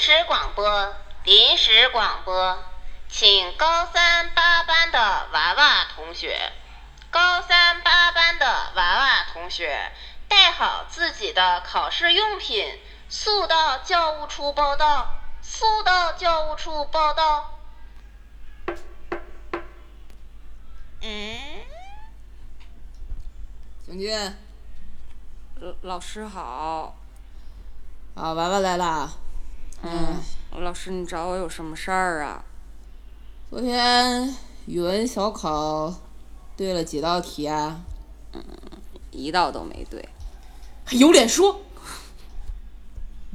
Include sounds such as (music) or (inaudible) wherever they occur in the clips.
时广播，临时广播，请高三八班的娃娃同学，高三八班的娃娃同学带好自己的考试用品，速到教务处报到，速到教务处报到。嗯，景君，老老师好。啊，娃娃来啦。嗯，老师，你找我有什么事儿啊？昨天语文小考对了几道题啊？一道都没对。还有脸说？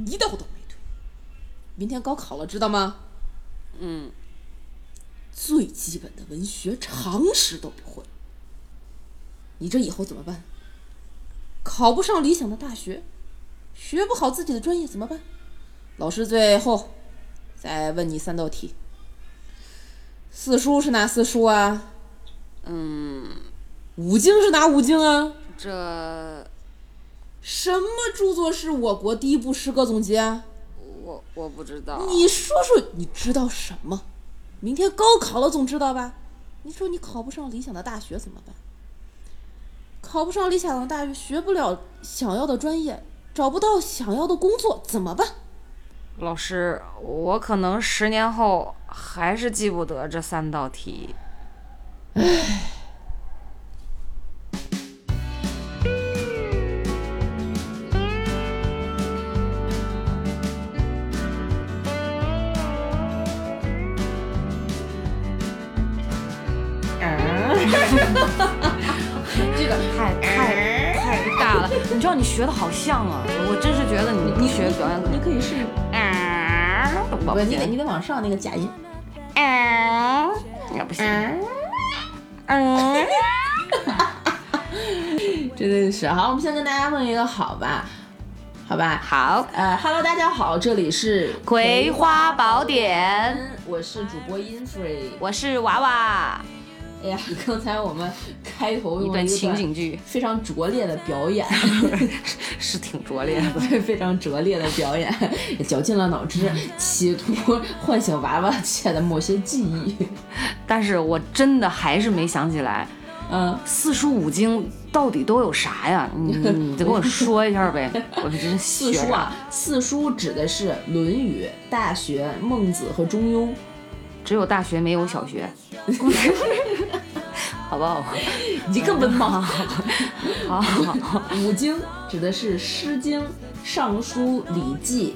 一道都没对。明天高考了，知道吗？嗯，最基本的文学常识都不会，你这以后怎么办？考不上理想的大学，学不好自己的专业怎么办？老师最后再问你三道题。四书是哪四书啊？嗯，五经是哪五经啊？这什么著作是我国第一部诗歌总集啊？我我不知道。你说说你知道什么？明天高考了总知道吧？你说你考不上理想的大学怎么办？考不上理想的大学，学不了想要的专业，找不到想要的工作怎么办？老师，我可能十年后还是记不得这三道 (laughs) 题。这个太太太尬了，你知道你学的好像啊，我真是觉得你你学表演可能可以试试，啊，我不是你得你得往上那个假音。啊，那不行。嗯，真的是好，我们先跟大家问一个好吧，好吧。好，呃哈喽，大家好，这里是《葵花宝典》，我是主播 Infree。我是娃娃，哎呀， (laughs) 刚才我们开头一用了段一情段景剧非常拙劣的表演， (laughs) 是挺拙劣的。 (laughs) 非常拙劣的表演，绞尽了脑汁，企图唤醒娃娃界的某些记忆。但是我真的还是没想起来嗯，四书五经到底都有啥呀？你你你得给我说一下 (laughs) 呗，我是真四学书着。啊，四书指的是《论语》《大学》《孟子》和《中 (laughs) 庸》。 (laughs) 只有大学没有小学，好 (laughs) 不好？你个文盲！好好好， (laughs) 五经指的是《诗经》《尚书》《礼记》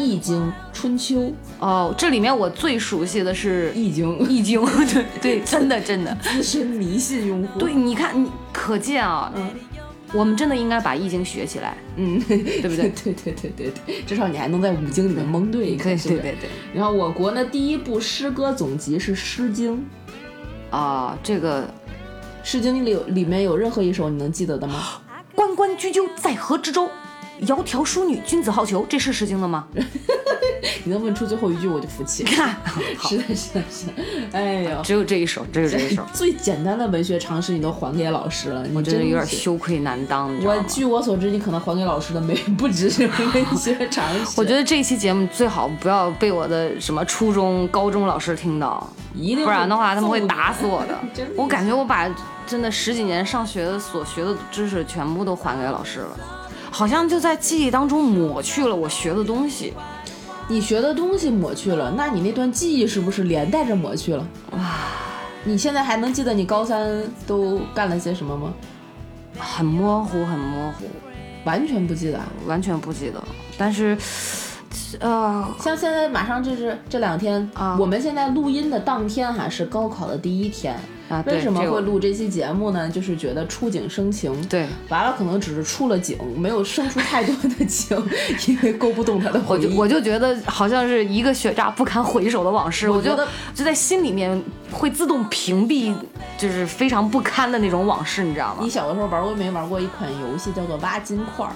《易经》《春秋》《哦，这里面我最熟悉的是《易经》 (laughs) 易经》， (laughs) 对对，真的真的。资深迷信用嗯户。 (laughs) 对，，你看，你可见啊，嗯我们真的应该把易经学起来，嗯，对对不对？ (laughs) 对对对对对，至少你还能在五经里面蒙对一个。对是不对是对对。然后我国呢，第一部诗歌总集是《诗经》，《啊，这个诗经》里有里面有任何一首你能记得的 (laughs) 吗？关关雎鸠，在河之洲。窈窕淑女，君子好逑，这是《诗经》的吗？ (laughs) 你能问出最后一句，我就服 (laughs) 气。看，好是，的，是的，是的。哎呦，，只有这一首，只有这 (laughs) 一首最简单的文学常识你都还给老师了，我你真的有点是羞愧难当，你知道我吗？据我所知，你可能还给老师的没不只是文学常识， (laughs) 我觉得得这期节目最好不要被我的什么初中、高中老师听到，一定 (laughs) 不然的话他们会揍你打死我的 (laughs) 真的。我感觉我把真的十几年上学的所学的知识全部都还给老师了，好像就在记忆当中抹去了我学的东西。你学的东西抹去了，那你那段记忆是不是连带着抹去了？你现在还能记得你高三都干了些什么吗？很模糊，很模糊，完全不记得啊。完全不记得。但是，呃，像现在马上这是这两天啊我们现在录音的当天哈、是高考的第一天啊对为什么这个会录这期节目呢？就是觉得触景生情，对娃娃可能只是出了景，没有生出太多的景， (laughs) 因为勾不动他的我回忆。就我就觉得好像是一个学渣不堪回首的往事，我觉就得就在心里面会自动屏蔽，就是非常不堪的那种往事，你知道吗你？小的时候玩过没玩过一款游戏叫做挖金块儿，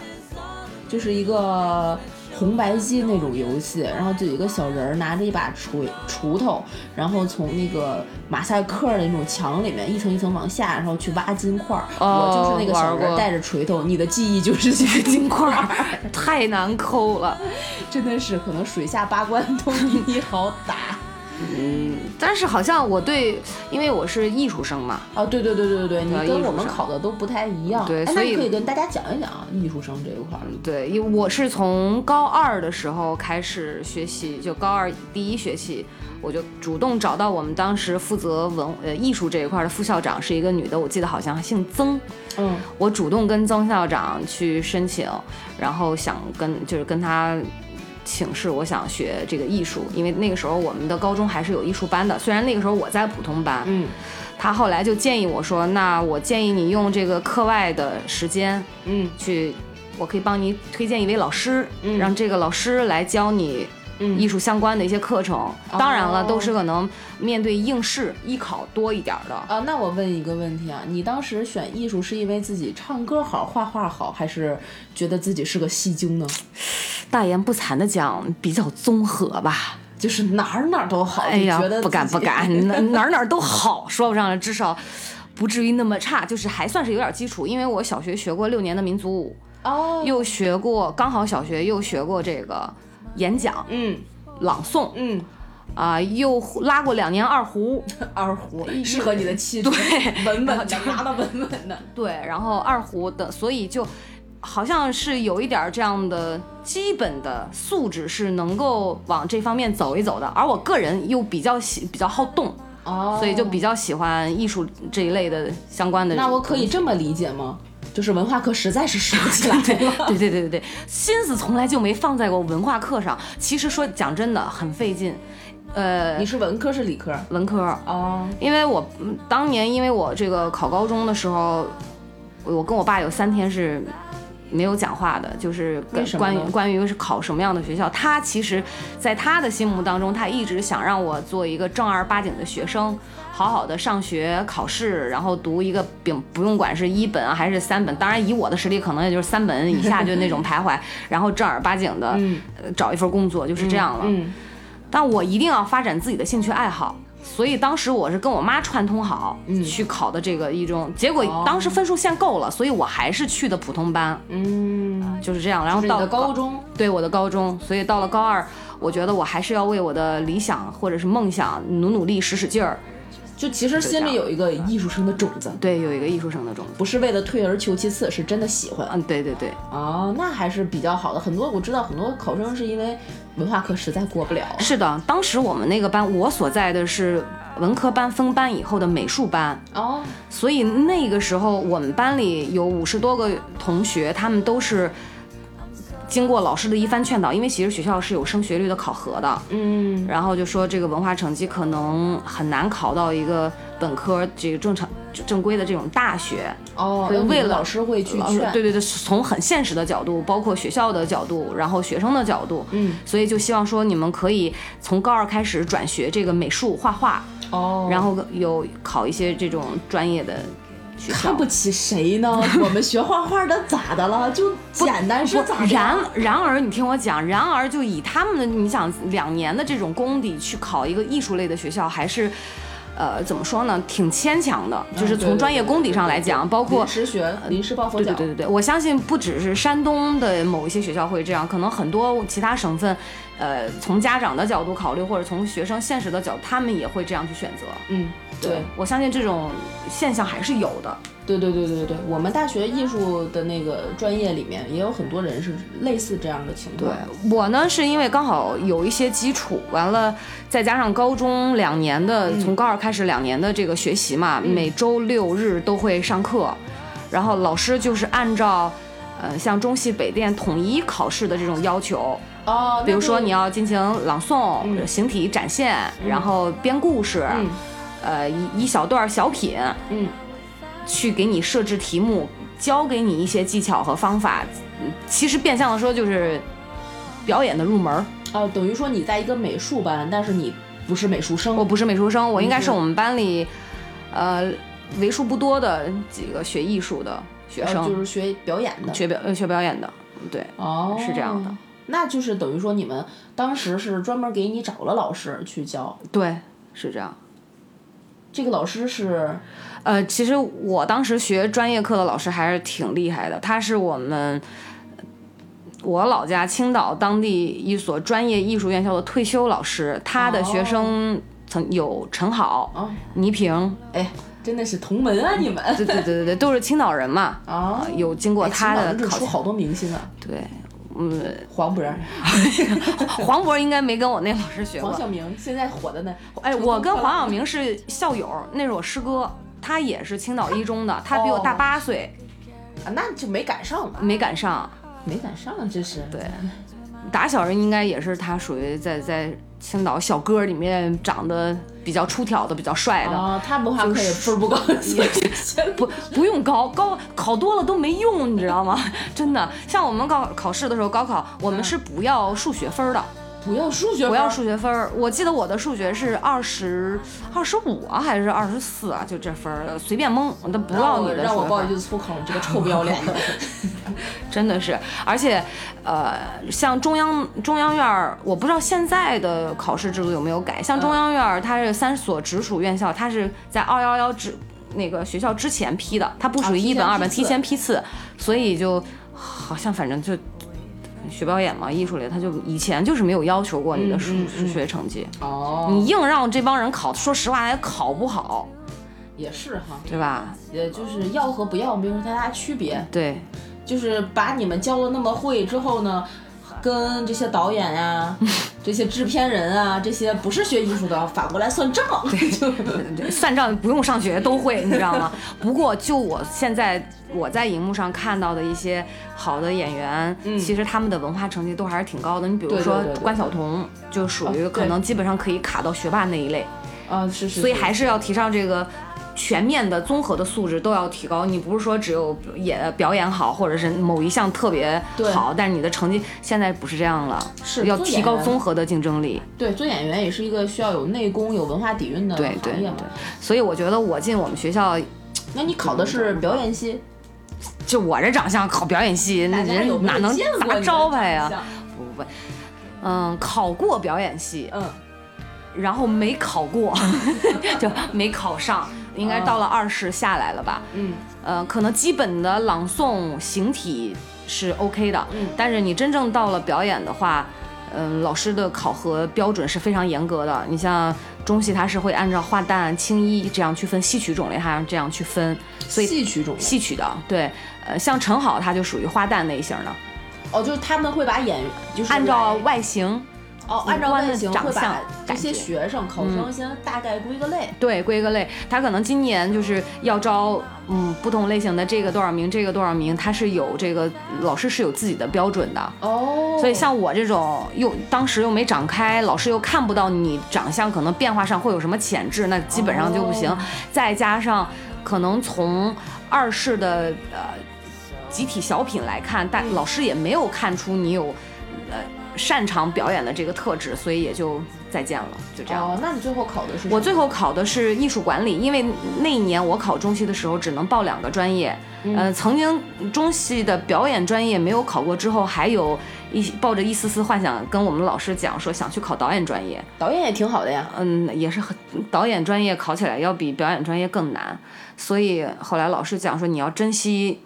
就是一个红白机那种游戏，然后就有一个小人儿拿着一把锄锄头，然后从那个马赛克的那种墙里面一层一层往下，然后去挖金块儿。哦我就是那个小玩人过儿带着锄头，你的记忆就是这 (laughs) 个金块儿，太难抠了。真的是可能水下八关都比你好打。但是好像我对，因为我是艺术生嘛，哦，对对对对对，你对艺跟术我们生考的都不太一样。对哎那所你以可以跟大家讲一讲啊，艺术生这一块儿。嗯对，因为我是从高二的时候开始学习，就高二第一学期，我就主动找到我们当时负责文呃艺术这一块的副校长，是一个女的，我记得好像姓曾。嗯，我主动跟曾校长去申请，然后想跟就是跟他请示，我想学这个艺术，因为那个时候我们的高中还是有艺术班的，虽然那个时候我在普通班，嗯，他后来就建议我说，那我建议你用这个课外的时间，嗯，去，我可以帮你推荐一位老师，让这个老师来教你。嗯艺术相关的一些课程，哦当然了，都是可能面对应试、艺考多一点儿的。啊，那我问一个问题啊，你当时选艺术是因为自己唱歌好、画画好，还是觉得自己是个戏精呢？大言不惭的讲，比较综合吧。就是哪儿哪儿都好，哎哦你呀觉得，不敢自己不 (laughs) 敢，哪哪儿哪儿都好，说不上来，至少不至于那么差，就是还算是有点基础。因为我小学学过六年的民族舞，哦，又学过刚好小学又学过这个演讲、嗯朗诵嗯，啊、又拉过两年二胡， (laughs) 二胡适合你的气质，对，稳 (laughs) 稳的，拿的稳稳的。对，然后二胡的，所以就好像是有一点儿这样的基本的素质是能够往这方面走一走的。而我个人又比较喜比较好动，哦，所以就比较喜欢艺术这一类的相关的。那我可以。这么理解吗？就是文化课实在是学不起来 (laughs) 了。 (laughs) 对对对对对，心思从来就没放在过文化课上。其实说讲真的，很费劲。呃你，是文科是理科？文科，哦，因为我嗯当年因为我这个考高中的时候，我跟我爸有三天是没有讲话的，就是跟为什么关于呢关于是考什么样的学校。他其实，在他的心目当中，他一直想让我做一个正儿八经的学生，好好的上学考试，然后读一个并不用管是一本啊还是三本，当然以我的实力，可能也就是三本以下就那种徘徊，然后正儿八经的、呃找一份工作，就是这样了。嗯，但我一定要发展自己的兴趣爱好。所以当时我是跟我妈串通好，嗯去考的这个一中，结果哦当时分数线够了，所以我还是去的普通班，嗯，就是这样。然后就是你到的了高中对我的高中，所以到了高二，我觉得我还是要为我的理想或者是梦想努努力、使使劲儿。就其实这心样里有一个嗯艺术生的种子，对，有一个艺术生的种子。不是为了退而求其次，是真的喜欢。嗯，对对对，哦，那还是比较好的。很多我知道，很多考生是因为文化课实在过不了。是的。当时我们那个班，我所在的是文科班分班以后的美术班，哦，所以那个时候，我们班里有五十多个同学，他们都是经过老师的一番劝导，因为其实学校是有升学率的考核的，嗯，然后就说这个文化成绩可能很难考到一个本科这个正常正规的这种大学。哦，对那你为们了老师会去老师劝，对对对，从很现实的角度，包括学校的角度，然后学生的角度，嗯，所以就希望说你们可以从高二开始转学这个美术画画，哦，然后有考一些这种专业的学校。看不起谁呢？我们学画画的咋的了？就简单是咋的？然然而，你听我讲，然而就以他们的，你想两年的这种功底去考一个艺术类的学校，还是，呃，怎么说呢，挺牵强的。就是对从嗯对专业对功底上来讲，包括临时学，临时抱佛对脚，对对对对，我相信不只是山东的某一些学校会这样，可能很多其他省份，呃，从家长的角度考虑，或者从学生现实的角度，他们也会这样去选择。嗯，对。我相信这种现象还是有的。对对对对对对，我们大学艺术的那个专业里面也有很多人是类似这样的情况。我呢，是因为刚好有一些基础，完了再加上高中两年的，从高二开始两年的这个学习嘛，每周六日都会上课，然后老师就是按照。呃，像中戏北电统一考试的这种要求，哦，那比如说就你要进行朗诵、形体展现，然后编故事，嗯呃，一一小段小品，嗯，去给你设置题目，教给你一些技巧和方法。嗯其实变相的说，就是表演的入门儿。哦，等于说你在一个美术班，但是你不是美术生。我不是美术生，我应该是嗯我们班里，呃，为数不多的几个学艺术的学呃生，就是学表演的。学表呃学表演的。对，哦，是这样的。那就是等于说你们当时是专门给你找了老师去教，对，是这样。这个老师是呃，其实我当时学专业课的老师还是挺厉害的，他是我们我老家青岛当地一所专业艺术院校的退休老师，他的学生曾有陈好、哦倪萍，哎，真的是同门啊 (laughs) 你们对对对对对，都是青岛人嘛，啊，有经过哎他青岛的真是考出察。好多明星啊，对， (laughs) 嗯，黄 (laughs) 渤、黄渤应该没跟我那老师学过黄。晓明现在火的呢，哎，乘风我跟破黄浪晓明是校友，那是我师哥，他也是青岛一中的，他比我大哦八岁，啊，那就没赶上吧，没赶上。没赶上这是对，打小人应该也是他属于在在青岛小哥里面长得比较出挑的、比较帅的，啊，他文化课也 (laughs) 分不高兴，哎不不用高高考多了都没用，你知道吗？ (laughs) 真的，像我们高考试的时候，高考我们是不要数学分儿的，不要数学，不要，数学分儿。我记得我的数学是二十二十五啊，还是二十四啊？就这分儿，随便蒙，但不让要我你的让数我学分爆儿一句粗口，你这个臭不要脸的， (laughs) 真的是，而且，呃，像中央中央院儿，我不知道现在的考试制度有没有改。像中央院儿，它是三所直属院校，它是在二幺幺之那个学校之前批的，它不属于哦提一本、前二本，批提次前批次，所以就好像反正就学表演嘛，艺术类，它就以前就是没有要求过你的数数学成绩，嗯哦，你硬让这帮人考，说实话也考不好，也是哈，对吧？也就是要和不要没有太大区别，对，就是把你们教的那么会之后呢。跟这些导演 (laughs) 呀、这些制片人啊，这些不是学艺术的，反过来算账， (laughs) 就算账不用上学都会，你知道吗？不过就我现在我在荧幕上看到的一些好的演员，其实他们的文化成绩都还是挺高的。你比如嗯对对说对对关晓彤，就属于啊可能基本上可以卡到学霸那一类，啊，是是，所以还哦是要提倡这个。全面的、综合的素质都要提高。你不是说只有演表演好，或者是某一项特别对好，但是你的成绩现在不是这样了，是要做提演高员综合的竞争力。对做演员也是一个需要有内功、有文化底蕴的对对嗯行业对嘛。，所以我觉得我进我们学校那你考的是表演系，就我这长相考表演系，那大家有人没哪有能见过砸你的招牌呀、长相？不不不，嗯，考过表演系，嗯，然后没考过， (laughs) 就没考上，应该到了啊二试下来了吧？嗯，呃，可能基本的朗诵、形体是 OK 的，嗯但是你真正到了表演的话。嗯，老师的考核标准是非常严格的。你像中戏，它是会按照画旦、青衣这样去分，戏曲种类它这样去分，所以戏曲种类戏曲的，对，呃，像陈好他就属于花旦类型的，哦，就是他们会把演就是按照来外形哦按照观的外形长会相把这感些觉嗯学生考生先大概归个类。对归个类，他可能今年就是要招嗯不同类型的这个多少名，这个多少名，他是有这个老师是有自己的标准的。哦，所以像我这种又当时又没长开，老师又看不到你长相可能变化上会有什么潜质，那基本上就不行。哦再加上可能从二试的呃集体小品来看，但老师也没有看出你有呃擅长表演的这个特质，所以也就再见了，就这样。哦，那你最后考的是我什最么后考的是艺术管理，因为那一年我考中戏的时候只能报两个专业，呃，曾经中戏的表演专业没有考过之后，还有一抱着一丝丝幻想跟我们老师讲说想去考导演专业，导演也挺好的呀。嗯，也是很导演专业考起来要比表演专业更难，所以后来老师讲说你要珍惜。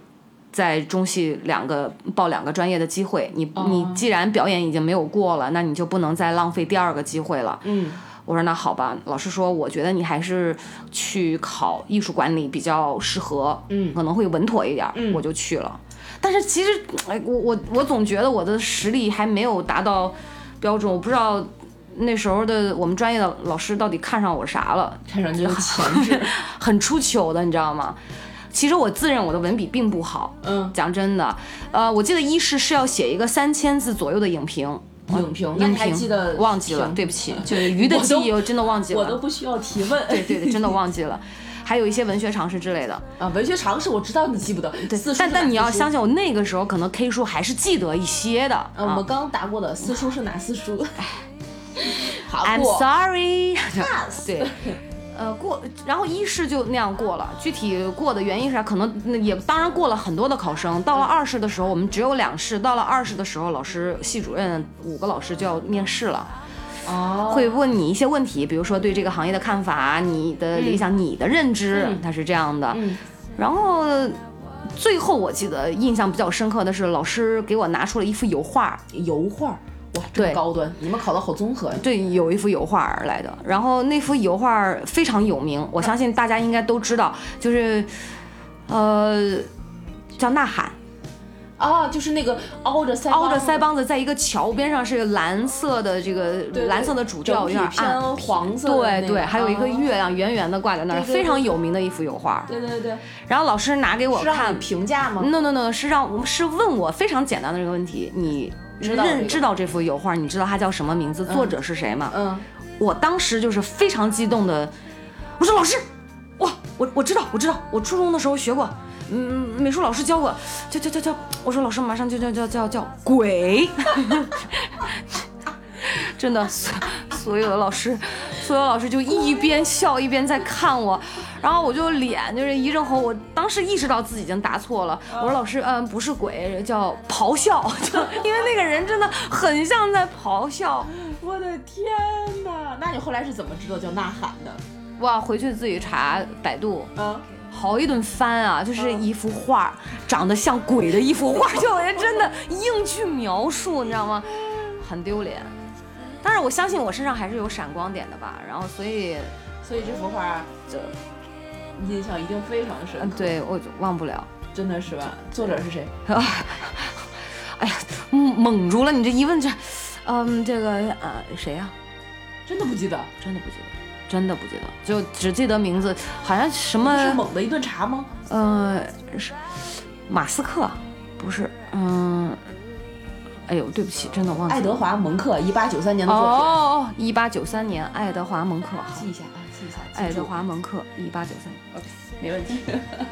在中戏两个报两个专业的机会，你你既然表演已经没有过了，那你就不能再浪费第二个机会了。嗯，我说那好吧，老师说我觉得你还是去考艺术管理比较适合，嗯，可能会稳妥一点，嗯，我就去了。但是其实，哎，我我我总觉得我的实力还没有达到标准，我不知道那时候的我们专业的老师到底看上我啥了，看上去有潜 (laughs) 质，很出糗的，你知道吗？其实我自认我的文笔并不好，嗯，讲真的，呃，我记得一试是要写一个三千字左右的影评。影评，那影你还评记得？忘记了，对不起， (laughs) 就是鱼的我记都忆，我真的忘记了。我都不需要提问。对对对，真的忘记了。还有一些文学常识之类的， (laughs) 啊，文学常识我知道你记不得，对四，书但是但哪你要四书相。信我，那个时候可能 K 书还是记得一些的。嗯，我啊哎们刚答过的四 (laughs) 书是哪四书？好 I'm 过 (laughs) sorry，对，呃，过，然后一试就那样过了。具体过的原因是啥？可能那也当然过了很多的考生。到了二试的时候，我们只有两试。到了二试的时候，老师系主任五个老师就要面试了，哦会问你一些问题，比如说对这个行业的看法、啊你的理想、你的认知，他是这样的。嗯然后最后我记得印象比较深刻的是，老师给我拿出了一幅油画，油画儿，哇，这么对高端，你们考的好综合呀。对，有一幅油画而来的。然后那幅油画非常有名，我相信大家应该都知道，就是，呃，叫《呐 (laughs) 喊啊，就是那个凹着腮》，凹着帮子腮帮子在一个桥边上，是蓝色的这个对蓝色的主整调，有体点暗。偏黄色的对那个，对，还有一个啊月亮圆圆的挂在那儿，对对非常有名的一幅油画。对对对，然后老师拿给我是让看你评价吗？ ，no no no，是让我是问我非常简单的这个问题，你知道这认个知道这幅油画，你知道它叫什么名字，作者是谁吗？嗯，我当时就是非常激动的，我说老师，哇，我我知道，我知道，我初中的时候学过，嗯，美术老师教过，叫叫叫叫，我说老师马上就叫叫叫叫鬼，真的，所所有的老师，所有老师就一边笑一边在看我，然后我就脸就是一阵红，我当时意识到自己已经答错了，我说老师，嗯，不是鬼，叫咆哮，就因为那个人真的很像在咆哮。我的天哪！那你后来是怎么知道叫呐喊的？哇，回去自己查百度，啊，好一顿翻啊，就是一幅画，长得像鬼的一幅画， (laughs) 就我真的硬去描述，你知道吗？很丢脸。但是我相信我身上还是有闪光点的吧，然后所以所以这幅画就印象一定非常深嗯，刻，对我就忘不了。 (laughs) 真的是吧？作者是谁？哎呀，嗯蒙住了，你这一问这，嗯，这个呃谁呀、真的不记得，真的不记得，真的不记得，就只记得名字，好像什么是猛的一顿查吗？呃，是马斯克，不是，嗯、哎呦，对不起，真的忘记了。爱德华·蒙克，一八九三年的作品，哦，一八九三年，爱德华·蒙克，好记一下啊，记一下，记爱住德华·蒙克，一八九三年， ，OK，没问题，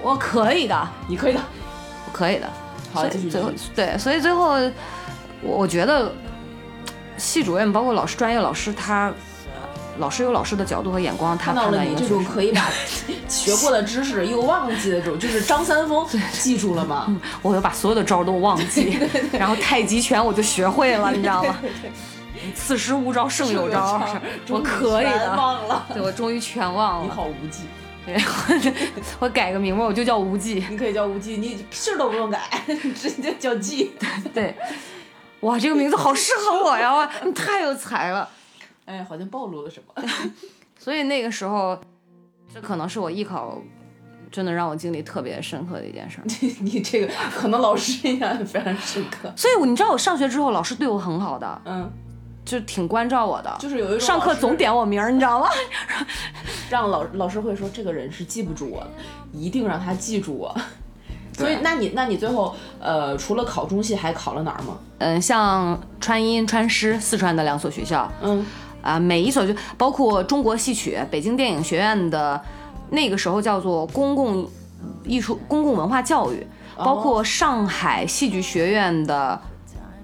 我可以的，你可以的。我可以的。好，所继以续最后继续对，所以最后，我我觉得系主任包括老师、专业老师，他老师有老师的角度和眼光，他看到判了断一你个这学种生可以把学过的知识又忘记的这种，就是张三 (laughs) 丰，记住了吗？我就把所有的招儿都忘 (laughs) 记，然后太极拳我就学会了，你知道吗？此时无招胜有招，是 (laughs) 我可以全的。忘了。对，我终于全忘你了。好无忌，对， (laughs) 我我改个名吧，我就叫无忌。你可以叫无忌，你姓儿都不用改， (laughs) 直接叫忌。对，哇，这个名字好适合我呀！哇，你太有才了。哎，好像暴露了什么。所以那个时候，这可能是我艺考真的让我经历特别深刻的一 (laughs) 件事儿。你这个可能老师印象也非常深刻。所以我你知道，我上学之后，老师对我很好的，嗯，就挺关照我的。就是有一种上课老师总点我名儿，你知道吗？让老老师会说这个人是记不住我的，一定让他记住我。所以，那你那你最后呃，除了考中戏，还考了哪儿吗？嗯，像川音、川师，四川的两所学校嗯，啊、每一所就包括中国戏曲、北京电影学院的，那个时候叫做公共艺术、公共文化教育，哦包括上海戏剧学院的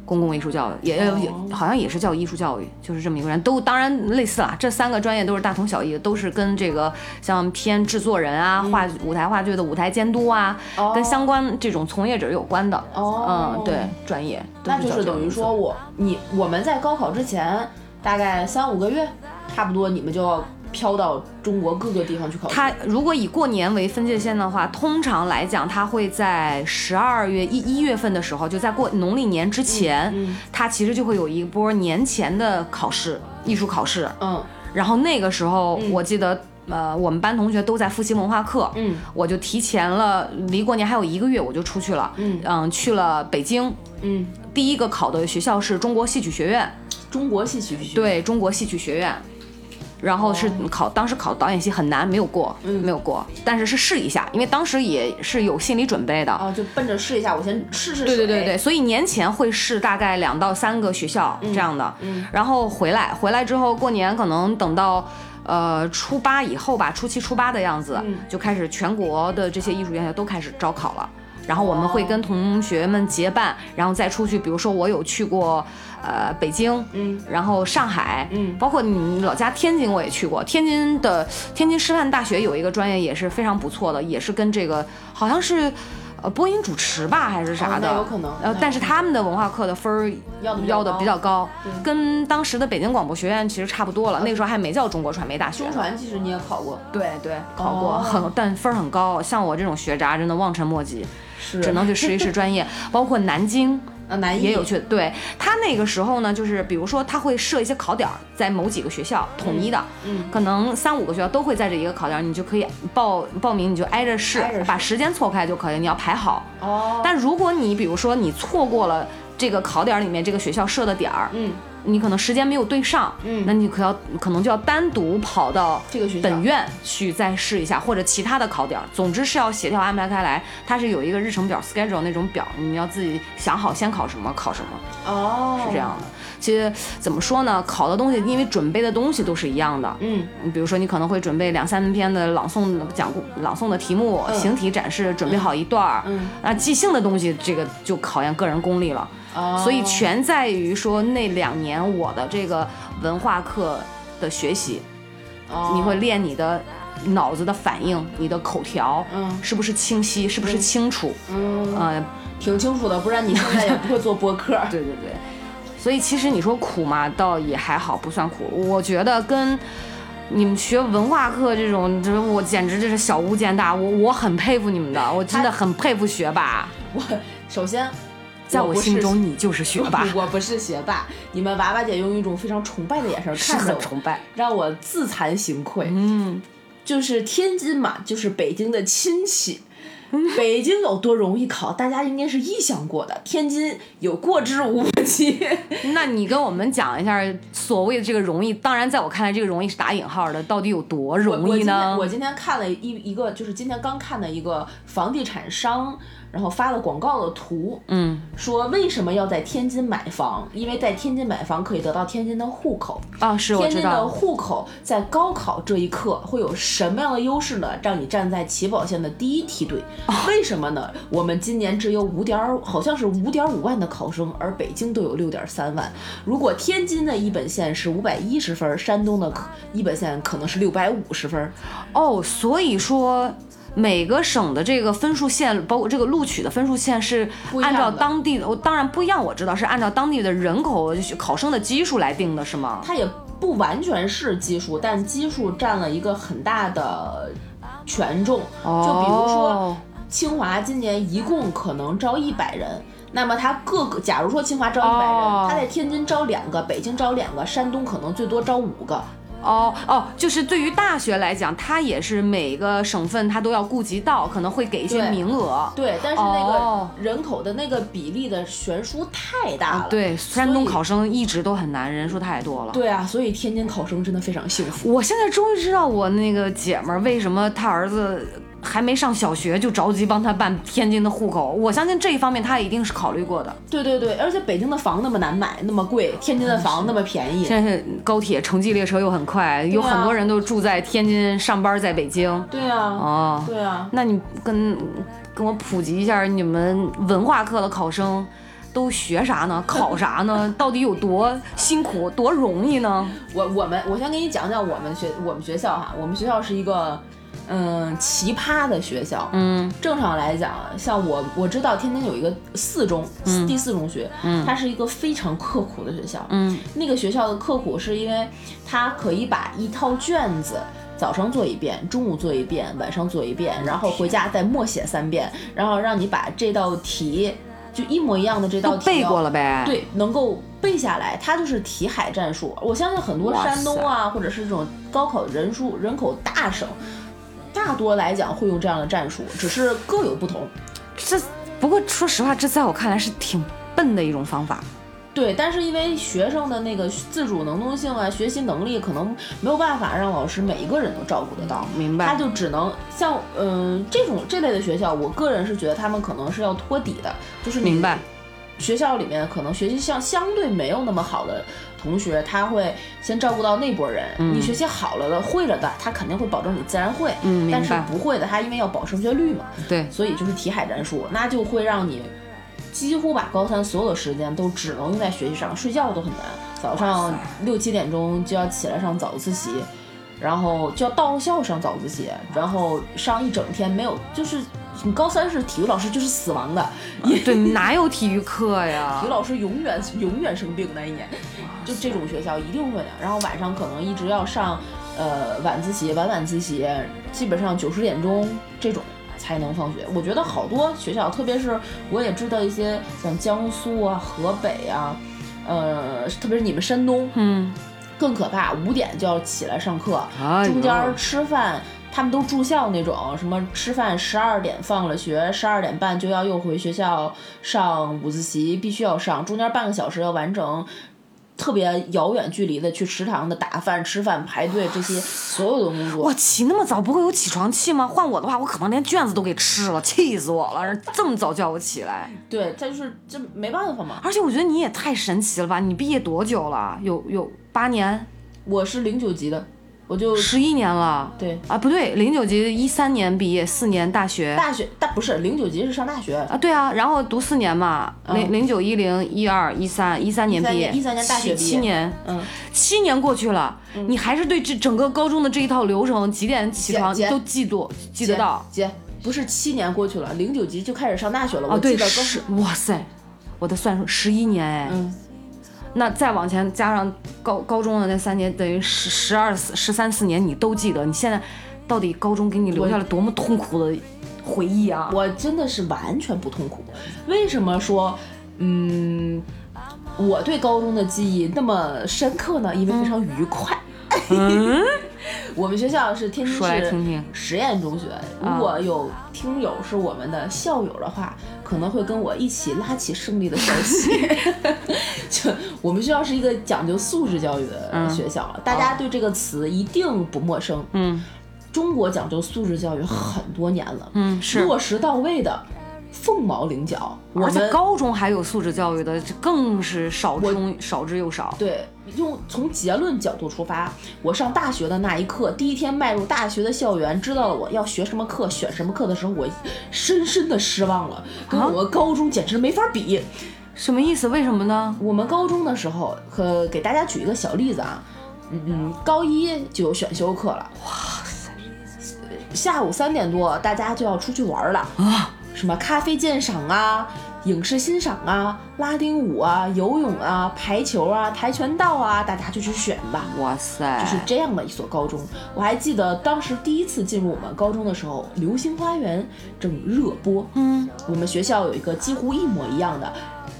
公共艺术教育，也、哦也好像也是叫艺术教育，就是这么一个人，都当然类似啦。这三个专业都是大同小异的，都是跟这个像偏制作人啊、嗯话舞台话剧的舞台监督啊，跟相关这种从业者有关的。哦嗯，对，专业，都那就叫这个是等于名字说我你我们在高考之前大概三五个月，差不多你们就要飘到中国各个地方去考试。它如果以过年为分界线的话，通常来讲，它会在十二月一一月份的时候，就在过农历年之前，嗯它其实就会有一波年前的考试，艺术考试。嗯然后那个时候，我记得，呃，我们班同学都在复习文化课，嗯，我就提前了，离过年还有一个月，我就出去了，嗯去了北京。嗯，第一个考的学校是中国戏曲学院，中国戏曲学对中国戏曲学院，然后是考、当时考导演系很难，没有过，没有过，但是是试一下，因为当时也是有心理准备的。啊，就奔着试一下，我先试试水。对对对对，所以年前会试大概两到三个学校嗯这样的，然后回来回来之后过年可能等到。呃，初嗯八以后吧，初七、初八的样子、就开始全国的这些艺术院校都开始招考了，然后我们会跟同学们结伴，然后再出去。比如说我有去过，呃，北京，嗯，然后上海，嗯包括你们老家天津我也去过。天津的天津师范大学有一个专业也是非常不错的，也是跟这个好像是，呃，播音主持吧还是啥哦的，那有可能呃那，但是他们的文化课的分儿要的比较要的比较高对，呃跟当时的北京广播学院其实差不多了。那个时候还没叫中国传媒大学呢中。传其实你也考过，对对，考过，哦很但分儿很高。像我这种学渣，真的望尘莫及，是只能去试一试专 (laughs) 业。包括南京啊南艺也有去，对他那个时候呢，就是比如说他会设一些考点儿，在某几个学校统一的，嗯可能三五个学校都会在这一个考点儿，你就可以报报名，你就挨着试，挨着试把时间错开就可以，你要排好。哦，但如果你比如说你错过了这个考点儿里面这个学校设的点儿，嗯你可能时间没有对上，嗯那你可要可能就要单独跑到这个学校本院去再试一下，或者其他的考点儿，总之是要协调安排开来。它是有一个日程表 schedule 那种表，你要自己想好先考什么考什么，哦是这样的。其实怎么说呢，考的东西因为准备的东西都是一样的，嗯你比如说，你可能会准备两三篇的朗诵讲故朗诵的题目，嗯形体展示，准备好一段儿。嗯，那即兴的东西，这个就考验个人功力了。哦，所以全在于说那两年我的这个文化课的学习，哦你会练你的脑子的反应，你的口条，嗯是不是清晰，是不是清楚？嗯呃，挺清楚的，不然你现在也不会做播客。对对对，所以其实你说苦嘛，倒也还好，不算苦。我觉得跟你们学文化课这种，就是我简直就是小巫见大巫，我很佩服你们的，我真的很佩服学霸，我首先，在我我不心是中你就是学霸， (laughs) 我不是学霸，你们娃娃姐用一种非常崇拜的眼神是看着很我，崇拜。让我自惭形愧。嗯，就是天津嘛，就是北京的 (laughs) 亲戚。北京有多容易考，大家应该是臆想过的。天津有过之无不及。 (laughs) 那你跟我们讲一下所谓的这个容易，当然在我看来，这个容易是打引号的，到底有多我我容易今呢天？我今天看了一一个，就是今天刚看的一个房地产商，然后发了广告的图，嗯，说为什么要在天津买房？因为在天津买房可以得到天津的户口。啊，是我天知津的道，户口在高考这一刻会有什么样的优势呢？让你站在起跑线的第一梯队，哦为什么呢？我们今年只有五点，好像是五点五万的考生，而北京都有六点三万。如果天津的一本线是五百一十分，山东的可一本线可能是六百五十分。哦，所以说。每个省的这个分数线，包括这个录取的分数线是不一按样的照当地的，我当然不一样，我知道是按照当地的人口就是考生的基数来定的，是吗？它也不完全是基数，但基数占了一个很大的权重。就比如说哦，清华今年一共可能招一百人，那么它各个，假如说清华招一百人，哦它在天津招两个，北京招两个，山东可能最多招五个。哦哦，就是对于大学来讲，它也是每个省份它都要顾及到，可能会给一些对名额。对，但是那哦啊个人口的那个比例的悬殊太大了。对，山所东以考生一直都很难，人数太多了。对啊，所以天津考生真的非常幸福。我现在终于知道我那个姐们儿为什么她儿子还没上小学就着急帮他办天津的户口。我相信这一方面她一定是考虑过的。对对对，而且北京的房那么难买，那么贵，天津的房那么便宜。嗯现在是高铁城际列车又很快，有很多人都住在天津上班，在北京。对啊，哦，对啊。那你跟跟我普及一下你们文化课的考生。都学啥 (laughs) 呢？考啥呢？到底有多辛苦，多容易呢？我我们我先给你讲讲我们学我们学校哈，我们学校是一个嗯奇葩的学校。嗯，正常来讲，啊像我我知道天津有一个四中，第四中学，它是一个非常刻苦的学校。嗯，那个学校的刻苦是因为它可以把一套卷子。早上做一遍，中午做一遍，晚上做一遍，然后回家再默写三遍，然后让你把这道题就一模一样的这道都题背哦过了呗。，对，能够背下来，它就是题海战术。我相信很多哇山东啊，或者是这种高考人数人口大省，大多来讲会用这样的战术，只是各有不同。这不过说实话，这在我看来是挺笨的一种方法。对，但是因为学生的那个自主能动性啊，学习能力可能没有办法让老师每一个人都照顾得到，明白他就只能像呃嗯、这种这类的学校，我个人是觉得他们可能是要托底的，就是你明白，学校里面可能学习相相对没有那么好的同学，他会先照顾到那波人。嗯你学习好了的、会了的，他肯定会保证你自然会。嗯明白嗯但是不会的，他因为要保升学率嘛，对，所以就是题海战术，那就会让你几乎把高三所有的时间都只能用在学习上，睡觉都很难。早上六七点钟就要起来上早自习，然后就要到校上早自习，然后上一整天没有，就是你高三是体育老师就是死亡的，你对，哪有体育课呀体育？老师永远永远生病那一年，就这种学校一定会的。然后晚上可能一直要上，呃，晚自习、晚晚自习，基本上九十点钟这种才能放学。我觉得好多学校，特别是我也知道一些像江苏啊、河北啊，呃，特别是你们山东，嗯，更可怕，五点就要起来上课，哎呦中间儿吃饭，他们都住校那种，什么吃饭十二点放了学，十二点半就要又回学校上午自习，必须要上，中间半个小时要完成。特别遥远距离的去食堂的打饭、吃饭、排队这些所有的工作我，起那么早不会有起床气吗？换我的话，我可能连卷子都给吃了，气死我了！人这么早叫我起来，对，他就是这没办法嘛。而且我觉得你也太神奇了吧！你毕业多久了？有有八年、我是零九级的，我就十一年了。对啊，不对，零九级一三年毕业，四年大学大学，但不是零九级是上大学，啊，对啊，然后读四年嘛，零零九一零一二一嗯三一三年毕业，嗯13年13年大学七毕业七年，嗯，七年过去了，你还是对这整个高中的这一套流程几点起床姐姐都记住记得到。姐。姐不是七年过去了，零九级就开始上大学了。哦，我对，记得高十，哇塞，我的算术十一年哎，嗯，那再往前加上高高中的那三年，等于十十二四十三四年，你都记得。你现在到底高中给你留下了多么痛苦的回忆啊？我真的是完全不痛苦。为什么说，嗯，我对高中的记忆那么深刻呢？因为非常愉快。 (laughs) 我们学校是天津嗯说来市听啊听实验中学。如果有听友是我们的校友的话，可能会跟我一起拉起胜利的消 (laughs) 息。就我们学校是一个讲究素质教育的学校，大家对这个词一定不陌生。嗯中国讲究素质教育很多年了，嗯，是。落实到位的，凤毛麟角。我而且们高中还有素质教育的，这更是少之中少之又少。对用从结论角度出发，我上大学的那一刻，第一天迈入大学的校园，知道了我要学什么课、选什么课的时候，我深深的失望了，跟啊我高中简直没法比。什么意思？为什么呢？我们高中的时候，可给大家举一个小例子啊，嗯嗯，高一就有选修课了，哇塞，下午三点多大家就要出去玩了啊，什么咖啡鉴赏啊。影视欣赏啊，拉丁舞啊，游泳啊，排球啊，跆拳道啊，大家就去选吧。哇塞，就是这样的一所高中。我还记得当时第一次进入我们高中的时候，《流星花园》正热播，嗯，我们学校有一个几乎一模一样的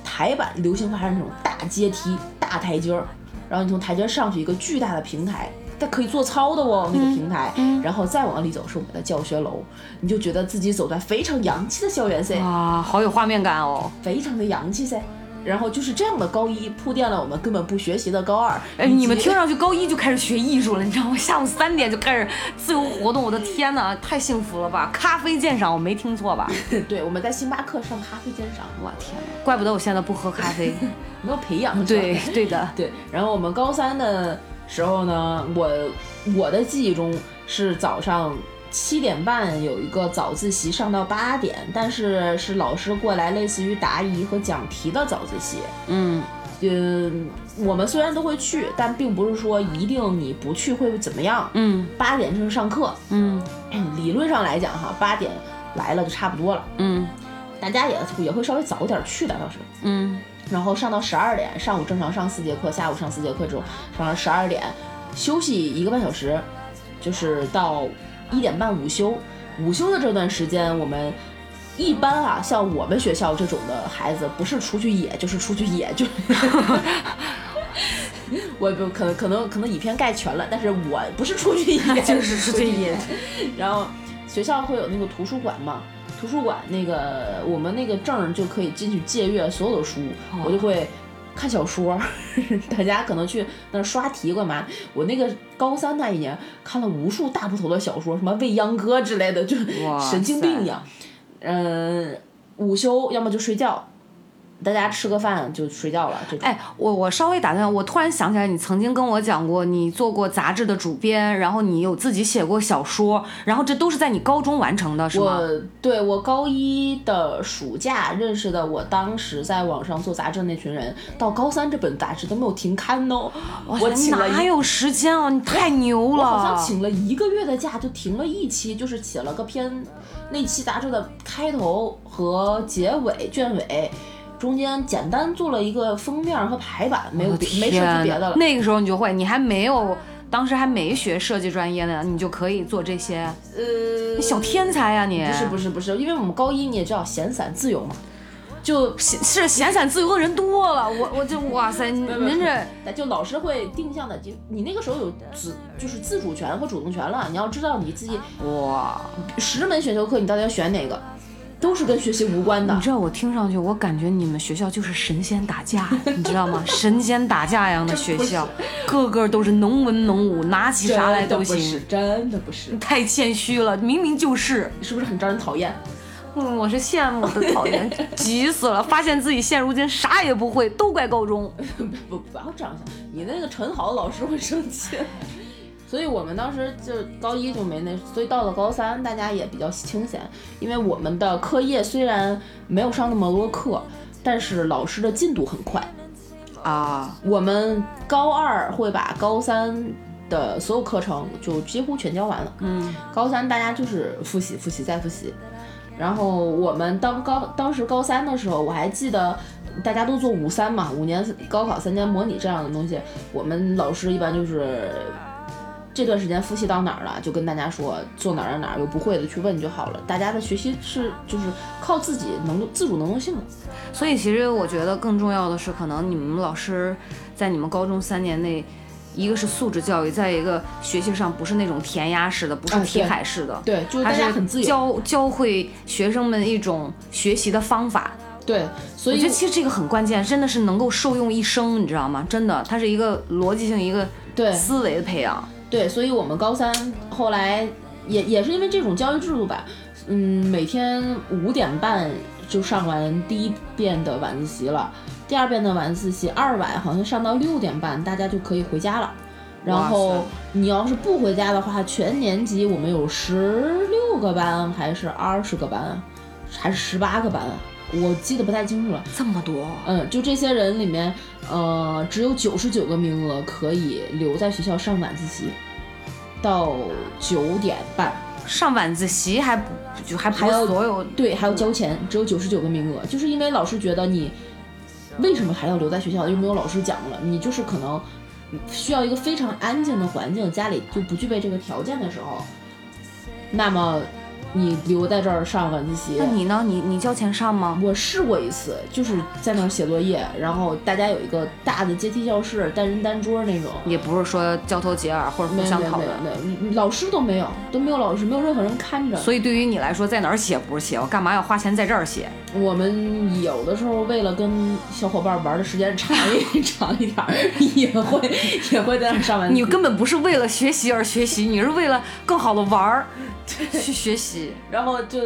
台版《流星花园》那种大阶梯、大台阶儿，然后你从台阶儿上去一个巨大的平台。它可以做操的哦，那嗯个平台，然后再往里走是我们的教学楼，你就觉得自己走在非常洋气的校园噻。啊，好有画面感哦。非常的洋气噻。然后就是这样的高一铺垫了我们根本不学习的高二。哎，以及你们听上去高一就开始学艺术了，你知道吗？下午三点就开始自由活动，我的天哪，太幸福了吧！咖啡鉴赏，我没听错吧？ (laughs) 对，我们在星巴克上咖啡鉴赏，我天哪，怪不得我现在不喝咖 (laughs) 啡。没有培养。是吧对对的， (laughs) 对。然后我们高三的时候呢，我我的记忆中是早上。七点半有一个早自习，上到八点，但是是老师过来，类似于答疑和讲题的早自习。嗯，嗯，我们虽然都会去，但并不是说一定你不去会怎么样。嗯八点正式上课， (clears throat) 嗯理论上来讲哈，八点来了就差不多了，嗯大家也也会稍微早点去的倒是，嗯， (laughs) 然后上到十二点，上午正常上四节课，下午上四节课这种，上到十二点休息一个半小时，就是到一点半午休。午休的这段时间，我们一般啊，像我们学校这种的孩子，不是出去野就是出去野，就是 (laughs) 我不可能可能可能以偏概全了，但是我不是 (laughs) 出去野， (laughs) 就是出去野。然后学校会有那个图书馆嘛，图书馆那个我们那个证儿就可以进去借阅所有的书，我就会看小说儿， (laughs) 大家可能去那儿刷题干嘛？我那个高三那一年看了无数大部头的小说，什么《未央歌》之类的，就哇呃神经病一样。嗯，午休要么就睡觉，大家吃个饭就睡觉了这种。哎，我我稍微打断，我突然想起来，你曾经跟我讲过，你做过杂志的主编，然后你有自己写过小说，然后这都是在你高中完成的，是吗？我对我高一的暑假认识的，我当时在网上做杂志的那群人，到高三这本杂志都没有停刊哦。我你请了哪一，有时间啊？你太牛我了！好像请了一个月的假，就停了一期，就是写了个篇，那期杂志的开头和结尾卷尾。中间简单做了一个封面和排版，没有我的别没天涉及呐别的了。那个时候你就会，你还没有，当时还没学设计专业呢，你就可以做这些。呃，你小天才呀、你！不是不是是不是，因为我们高一你也知道闲散自由嘛，就闲散自由的人多了，我我就哇塞，您这那就老师会定向的，就你那个时候有自就是自主权和主动权了，你要知道你自己哇！十门选修课你到底要选哪个，都是跟学习无关的你。知道我听上去，我感觉你们学校就是神仙打架，你知道 (laughs) 吗？神仙打架一样的学校，个个都是能文能武，拿起啥来都真的不是行。真的不是，太谦虚了，明明就是，是不是很招人讨厌？ (laughs) 嗯，我是羡慕的，讨厌，急死了！发现自己现如今啥也不会，都怪高中。不不不要这样想，你那个陈豪老师会生气。 (laughs) 所以我们当时就是高一就没那，所以到了高三大家也比较清闲，因为我们的课业虽然没有上那么多课，但是老师的进度很快。啊，我们高二会把高三的所有课程就几乎全教完了。嗯，高三大家就是复习、复习再复习。然后我们当高当时高三的时候，我还记得大家都做五三嘛，五年高考三年模拟这样的东西。我们老师一般就是这段时间复习到哪儿了，就跟大家说做哪儿哪儿有不会的去问就好了。大家的学习是就是靠自己能动自主能动性的。所以其实我觉得更重要的是，可能你们老师在你们高中三年内，一个是素质教育，再一个学习上不是那种填鸭式的，不是啊题对海式的，对，就是还大家是很自由。教教会学生们一种学习的方法。对，所我以觉得其实这个很关键，真的是能够受用一生，你知道吗？真的，它是一个逻辑性、一个对思维的培养。对，所以我们高三后来也也是因为这种教育制度吧，嗯，每天五点半就上完第一遍的晚自习了，第二遍的晚自习二晚好像上到六点半，大家就可以回家了。然哇后塞你要是不回家的话，全年级我们有十六个班还是二十个班啊，还是十八个班啊，我记得不太清楚了。这么多，嗯，就这些人里面，呃，只有九十九个名额可以留在学校上晚自习，到九点半。上晚自习还不就还不还有是所有对，还要交钱，只有九十九个名额，就是因为老师觉得你为什么还要留在学校，又没有老师讲了，你就是可能需要一个非常安静的环境，家里就不具备这个条件的时候，那么你留在这儿上晚自习，那你呢？你你交钱上吗？我试过一次，就是在那儿写作业，然后大家有一个大的阶梯教室，单人单桌那种。也不是说交头接耳或者没互有相没有讨没论有。没嗯有，老师都没有，都没有老师，没有任何人看着。所以对于你来说，在哪儿写不是写，我干嘛要花钱在这儿写？我们有的时候为了跟小伙伴玩的时间长一 (laughs) 长一点儿，也会也会在那儿上晚自你习。根本不是为了学习而学习，你是为了更好的玩 (laughs) 儿去学习。然后就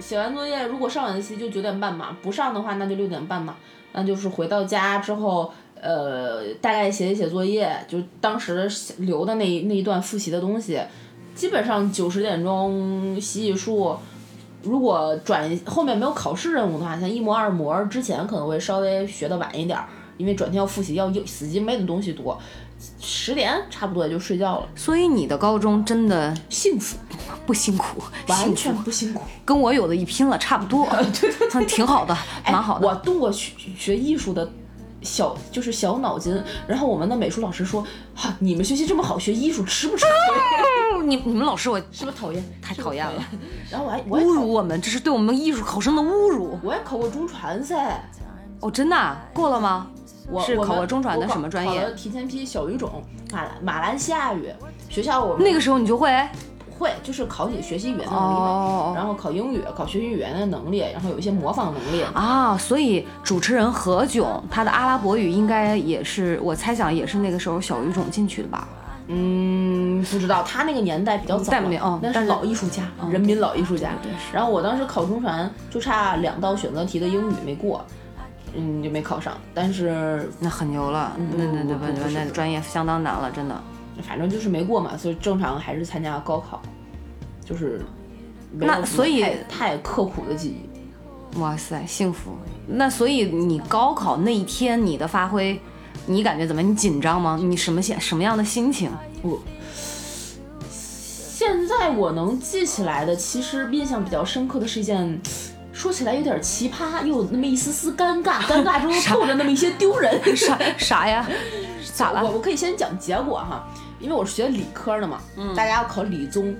写完作业，如果上晚自习就九点半嘛，不上的话那就六点半嘛，那就是回到家之后，呃，大概写一写作业，就当时留的那一那一段复习的东西，基本上九十点钟洗洗漱，如果转后面没有考试任务的话，像一模二模之前可能会稍微学的晚一点儿，因为转天要复习，要硬死记硬背的东西多，十点差不多也就睡觉了，所以你的高中真的幸福，不辛苦，完辛全苦不辛苦。跟我有的一拼了，差不 (laughs) 多，嗯挺好的，哎蛮好的。我动过学学艺术的小就是小脑筋，然后我们的美术老师说：“哈、你们学习这么好，学艺术吃不吃 (laughs) 亏？你你们老师我是不是讨厌？太是不讨是厌了，。” (laughs) 然后我还我还侮考辱我们，这是对我们艺术考生的侮辱。我还考过中传噻，哦，真的啊过了吗？我是我考们过中传的我考什么专考业了提前批小语种、马来马来西亚语。学校我们那个时候你就会会就是考你学习语言的能力嘛，哦然后考英语、考学习语言的能力，然后有一些模仿能力。啊，所以主持人何炅他的阿拉伯语应该也是，我猜想也是那个时候小语种进去的吧？嗯，不知道，他那个年代比较早但了没哦那但是是老艺术家，嗯人民老艺术家。对对是然后我当时考中传就差两道选择题的英语没过，嗯，就没考上。但是那很牛了，嗯那那那不不不那是那不专业相当难了，真的。反正就是没过嘛，所以正常还是参加高考，就是没有那什么所以太太刻苦的记忆。哇塞，幸福。那所以你高考那一天你的发挥，你感觉怎么样？你紧张吗？你什么心什么样的心情？ (laughs) 我现在我能记起来的，其实印象比较深刻的是一件。说起来有点奇葩，又有那么一丝丝尴尬，尴尬中又透着那么一些丢 (laughs) 人。啥啥呀？咋我了？我可以先讲结果哈，因为我是学理科的嘛，嗯大家要考理综，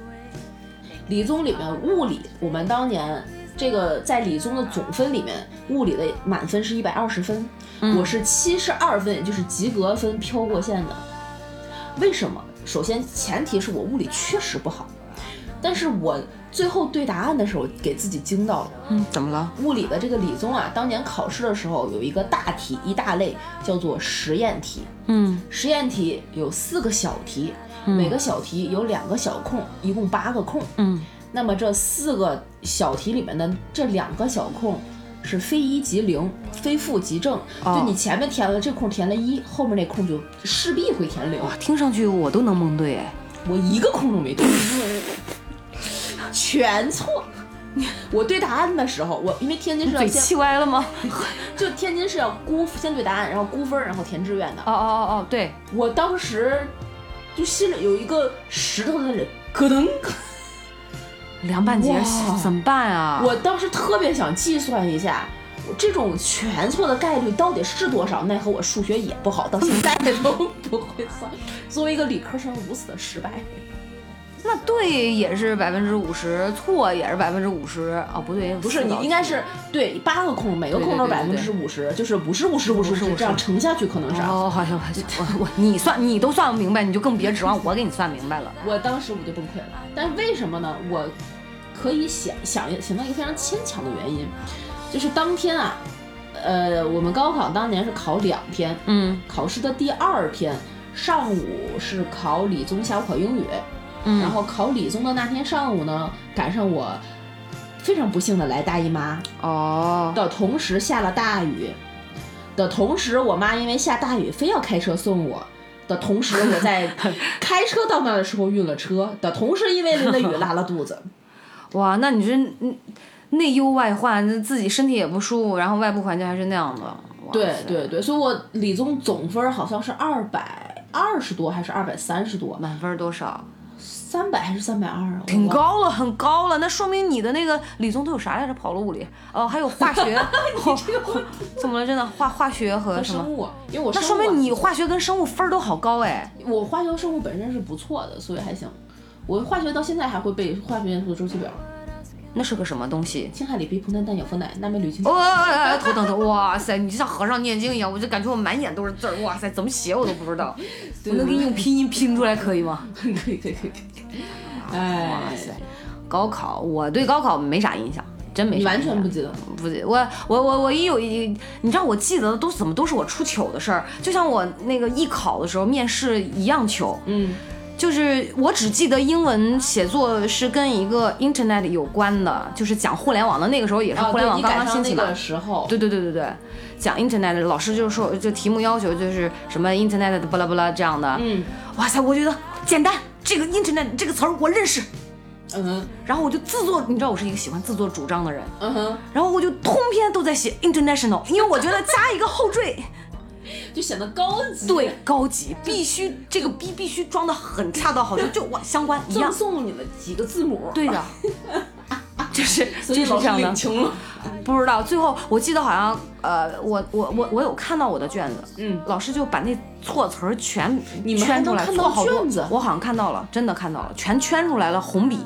理综里面物理，我们当年这个在理综的总分里面，物理的满分是一百二十分，嗯我是七十二分，也就是及格分飘过线的。为什么？首先前提是我物理确实不好，但是我最后对答案的时候给自己惊到了。嗯，怎么了？物理的这个理综啊，当年考试的时候有一个大题一大类叫做实验题，嗯，实验题有四个小题，每个小题有两个小空，一共八个空。嗯，那么这四个小题里面的这两个小空是非一即零，非负即正。哦就你前面填了这空填了一，后面那空就势必会填零。哇，听上去我都能蒙对哎。我一个空都没对，全错。我对答案的时候，我因为天津是要嘴 (laughs) 先气歪了吗？就天津是要估先对答案，然后估分儿，然后填志愿的。哦哦哦哦，对，我当时就心里有一个石头在那里咯噔，凉半截哇怎么办啊？我当时特别想计算一下。我这种全错的概率到底是多少？奈何我数学也不好，到现在都不会算。 (laughs) 作为一个理科生，无死的失败。那对也是百分之五十，错也是百分之五十。哦，不对，不是，四你道应该题是对八个空，每个对空都对是百分对之对五十，就是五十五十五十五十这样乘下去，可能是啊。哦，好像我我我你算你都算不明白，你就更别指望我给你算明白了。我当时我就崩溃了。但是为什么呢？我可以想想想到一个非常牵强的原因，就是当天啊，呃，我们高考当年是考两天，嗯考试的第二天上午是考理综，下午考英语。嗯，然后考理综的那天上午呢，赶上我非常不幸的来大姨妈哦，的同时下了大雨，的同时我妈因为下大雨非要开车送我。的同时，我 (laughs) 在开车到那儿的时候晕了车，的同时因为淋了雨拉 (laughs) 了肚子，哇，那你这嗯内忧外患，那自己身体也不舒服，然后外部环境还是那样的。哇对塞对，对，所以我理综总分儿好像是二百二十多还是二百三十多，满分多少？三百还是三百二啊？我挺忘了，高了，很高了。那说明你的那个理综都有啥来着？跑了物理哦，还有化 (laughs) 学。哦怎么了？真的化化学和什么？生物，因为我那生说物啊明你化学跟生物分儿都好高哎。我化学生物本身是不错的，所以还行。我化学到现在还会背化学元素周期表，那是个什么东西？氢氦锂铍硼氮氮氧氟氖钠镁铝锌。哦，哎哎哎头疼疼！哇塞，你就像和尚念经一样，我就感觉我满眼都是字儿，哇塞，怎么写我都不知道。我能给你用拼音拼出来可以吗？可以可以可以可以。哇 (laughs) 哎，塞，高考，我对高考没啥印象，真没啥你印象。完全不记得。不记，我我我我一有一，你知道我记得的都怎么都是我出糗的事儿，就像我那个艺考的时候面试一样糗，嗯，就是我只记得英文写作是跟一个 internet 有关的，就是讲互联网的，那个时候也是啊，互联对网你刚赶刚上兴起那嘛个，时候，对对对对对，讲 internet 老师就说就题目要求就是什么 internet 的巴拉巴拉这样的，嗯哇塞，我觉得简单，这个 internet 这个词儿我认识，嗯然后我就自作，你知道我是一个喜欢自作主张的人。嗯哼，然后我就通篇都在写 international，因为我觉得加一个后缀就显得高级。对，高级，必须这个逼必须装的很恰到好处，就我相关一赠样，送你了几个字母。对 (laughs) 的，就是所就以是老这师样领的，情了。不知道最后我记得好像呃，我我我我有看到我的卷子，嗯，老师就把那错词儿全你们还圈出能来，看错到好多卷子，我好像看到了，真的看到了，全圈出来了，红笔，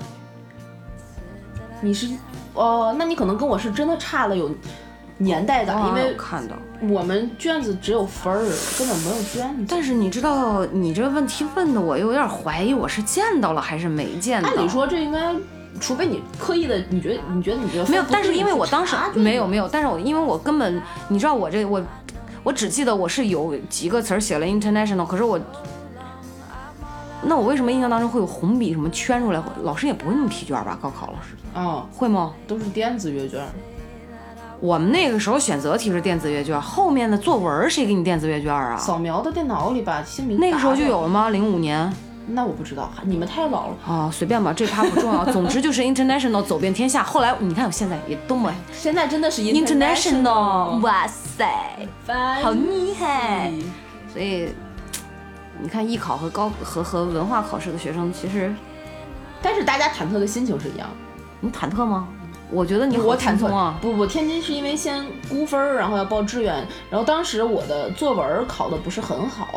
你是哦，那你可能跟我是真的差了有年代感，因我好像为有看到。我们卷子只有分儿，根本没有卷子。但是你知道，你这问题问的我又有点怀疑，我是见到了还是没见到？按理说这应该，除非你刻意的，你觉得你觉得你觉得分没有不，但是对因为我当时你去查就没有没有，但是我因为我根本你知道我这我我只记得我是有几个词儿写了 international，可是我那我为什么印象当中会有红笔什么圈出来？老师也不会那么批卷吧？高考老师哦，会吗？都是电子阅卷。我们那个时候选择题是电子阅卷，后面的作文儿谁给你电子阅卷啊？扫描到电脑里把姓名那个时候就打上有了吗？零五年那我不知道，你们太老了。啊，随便吧，这趴不重要。总之就是 international 走遍天下。后来你看我现在也多么现在真的 (laughs) 是 international，哇塞，翻好厉害！译所以你看艺考和高和和文化考试的学生，其实但是大家忐忑的心情是一样的。你忐忑吗？我觉得你好我轻忐忑松啊。不不，天津是因为先估分儿，然后要报志愿，然后当时我的作文儿考的不是很好，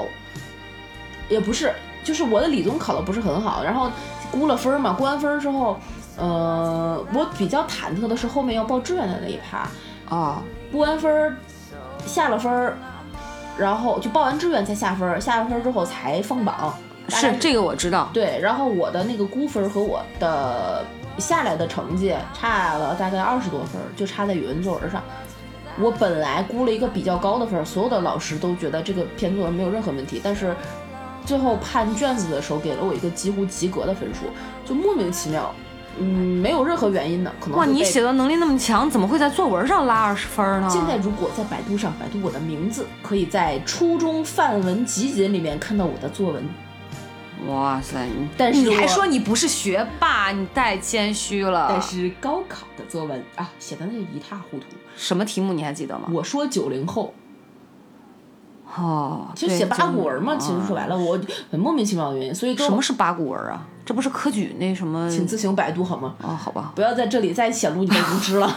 也不是，就是我的理综考的不是很好，然后估了分儿嘛，估完分儿之后，呃，我比较忐忑的是后面要报志愿的那一趴，哦，估完分儿，下了分儿，然后就报完志愿才下分儿，下了分儿之后才放榜，大概是这个我知道。对，然后我的那个估分儿和我的下来的成绩差了大概二十多分儿，就差在语文作文上。我本来估了一个比较高的分儿，所有的老师都觉得这个篇作文没有任何问题，但是最后判卷子的时候给了我一个几乎及格的分数，就莫名其妙，嗯，没有任何原因的，可能哇，是你被写。作啊能力那么强，怎么会在作文上拉二十分儿呢？现在如果在百度上百度我的名字，可以在初中范文集锦里面看到我的作文。哇塞，你但是你还我说你不是学霸，你太谦虚了。但是高考的作文啊，写的那是一塌糊涂。什么题目你还记得吗？我说九零后，哦，其实对写八股文嘛，就其实说白了，我很莫名其妙的原因，所以跟什我么是八股文啊？这不是科举那什么？请自行百度好吗？哦，好吧，不要在这里再显露你的无知了。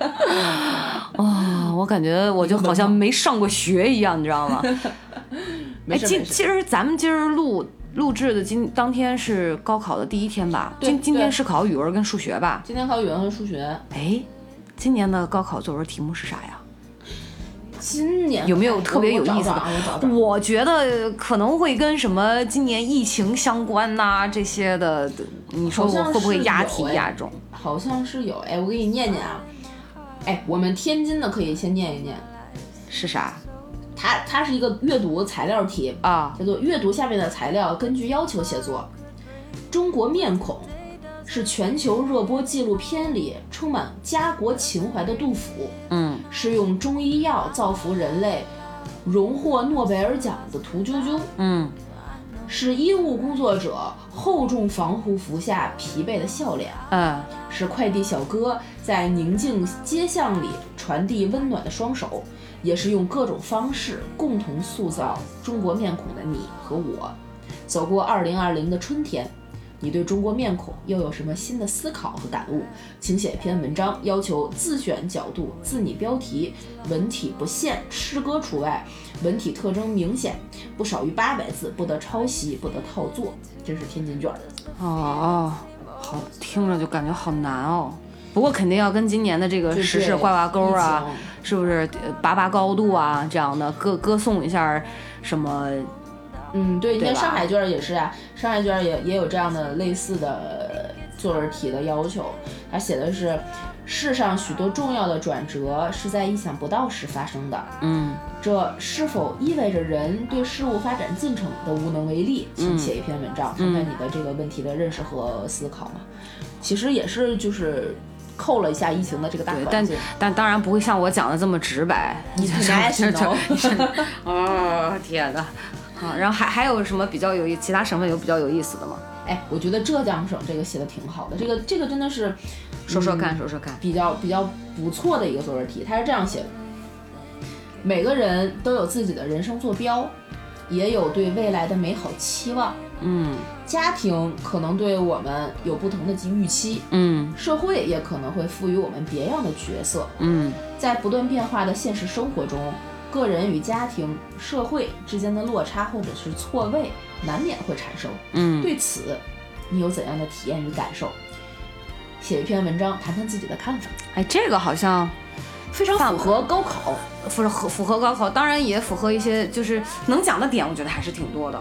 (laughs) 哎哦啊、我感觉我就好像没上过学一样，你知道吗？没哎，事今没事，今儿咱们今儿录录制的今当天是高考的第一天吧？对今今天对是考语文跟数学吧？今天考语文和数学，哎，今年的高考作文题目是啥呀？今年有没有特别有意思的？哎我找找啊，我觉得可能会跟什么今年疫情相关呐、这些的，你说我会不会押题好像是有哎押中？我找好像是有，哎，我给你念念啊。哎，我们天津的可以先念一念，是啥它它是一个阅读材料题，啊？叫做阅读下面的材料，根据要求写作。中国面孔是全球热播纪录片里充满家国情怀的杜甫，嗯，是用中医药造福人类、荣获诺贝尔奖的屠啾啾，嗯，是医务工作者厚重防护服下疲惫的笑脸，嗯，是快递小哥在宁静街巷里传递温暖的双手，也是用各种方式共同塑造中国面孔的你和我。走过2020的春天，你对中国面孔又有什么新的思考和感悟？请写一篇文章，要求自选角度、自拟标题，文体不限，诗歌除外，文体特征明显，不少于八百字，不得抄袭，不得套作。真是天津卷儿。哦哦，好，听着就感觉好难哦。不过肯定要跟今年的这个对呃时事挂挂钩啊疫情，是不是？呃拔拔高度啊，这样的歌歌颂一下什么？嗯，对，你对看吧上海卷儿也是啊，上海卷儿也也有这样的类似的作文题的要求，它写的是世上许多重要的转折是在意想不到时发生的，嗯这是否意味着人对事物发展进程的无能为力？嗯请写一篇文章，谈谈你的这个问题的认识和思考嘛。其实也是就是扣了一下疫情的这个大对，环但境。但当然不会像我讲的这么直白。你这这 International 这， (laughs) 哦天哪！啊，然后还还有什么比较有意，其他省份有比较有意思的吗？哎，我觉得浙江省这个写的挺好的，这个这个真的是说说看，说说看。比较比较不错的一个作文题，它是这样写的：每个人都有自己的人生坐标，也有对未来的美好期望。嗯家庭可能对我们有不同的预期，嗯社会也可能会赋予我们别样的角色。嗯在不断变化的现实生活中，个人与家庭、社会之间的落差或者是错位，难免会产生。嗯，对此，你有怎样的体验与感受？写一篇文章，谈谈自己的看法。哎，这个好像非常符合高考。符合符合高考，当然也符合一些就是能讲的点，我觉得还是挺多的。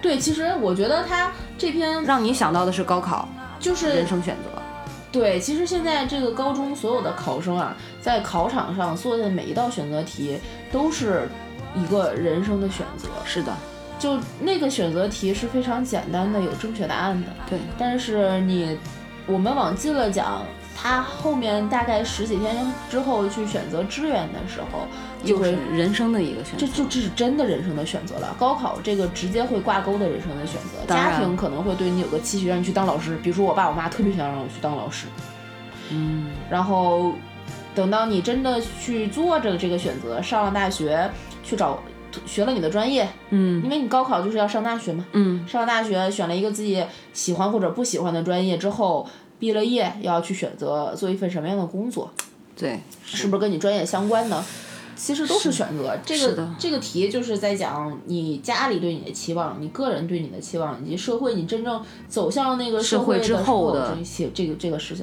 对，其实我觉得他这篇让你想到的是高考，就是人生选择。对，其实现在这个高中所有的考生啊，在考场上做的每一道选择题都是一个人生的选择，是的，就那个选择题是非常简单的，有正确答案的。对，但是你，我们往近了讲，他后面大概十几天之后去选择志愿的时候，你就是会人生的一个选择这。就这是真的人生的选择了。高考这个直接会挂钩的人生的选择，当然家庭可能会对你有个期许，让你去当老师。比如说我爸我妈特别想让我去当老师，嗯，然后等到你真的去做这个这个选择，上了大学去找学了你的专业，嗯因为你高考就是要上大学嘛。嗯，上了大学选了一个自己喜欢或者不喜欢的专业之后，毕了业要去选择做一份什么样的工作，对，是不是跟你专业相关呢？其实都是选择。这是个的这个题就是在讲你家里对你的期望，你个人对你的期望，以及社会你真正走向那个社会会的之后的这些这个这个事情。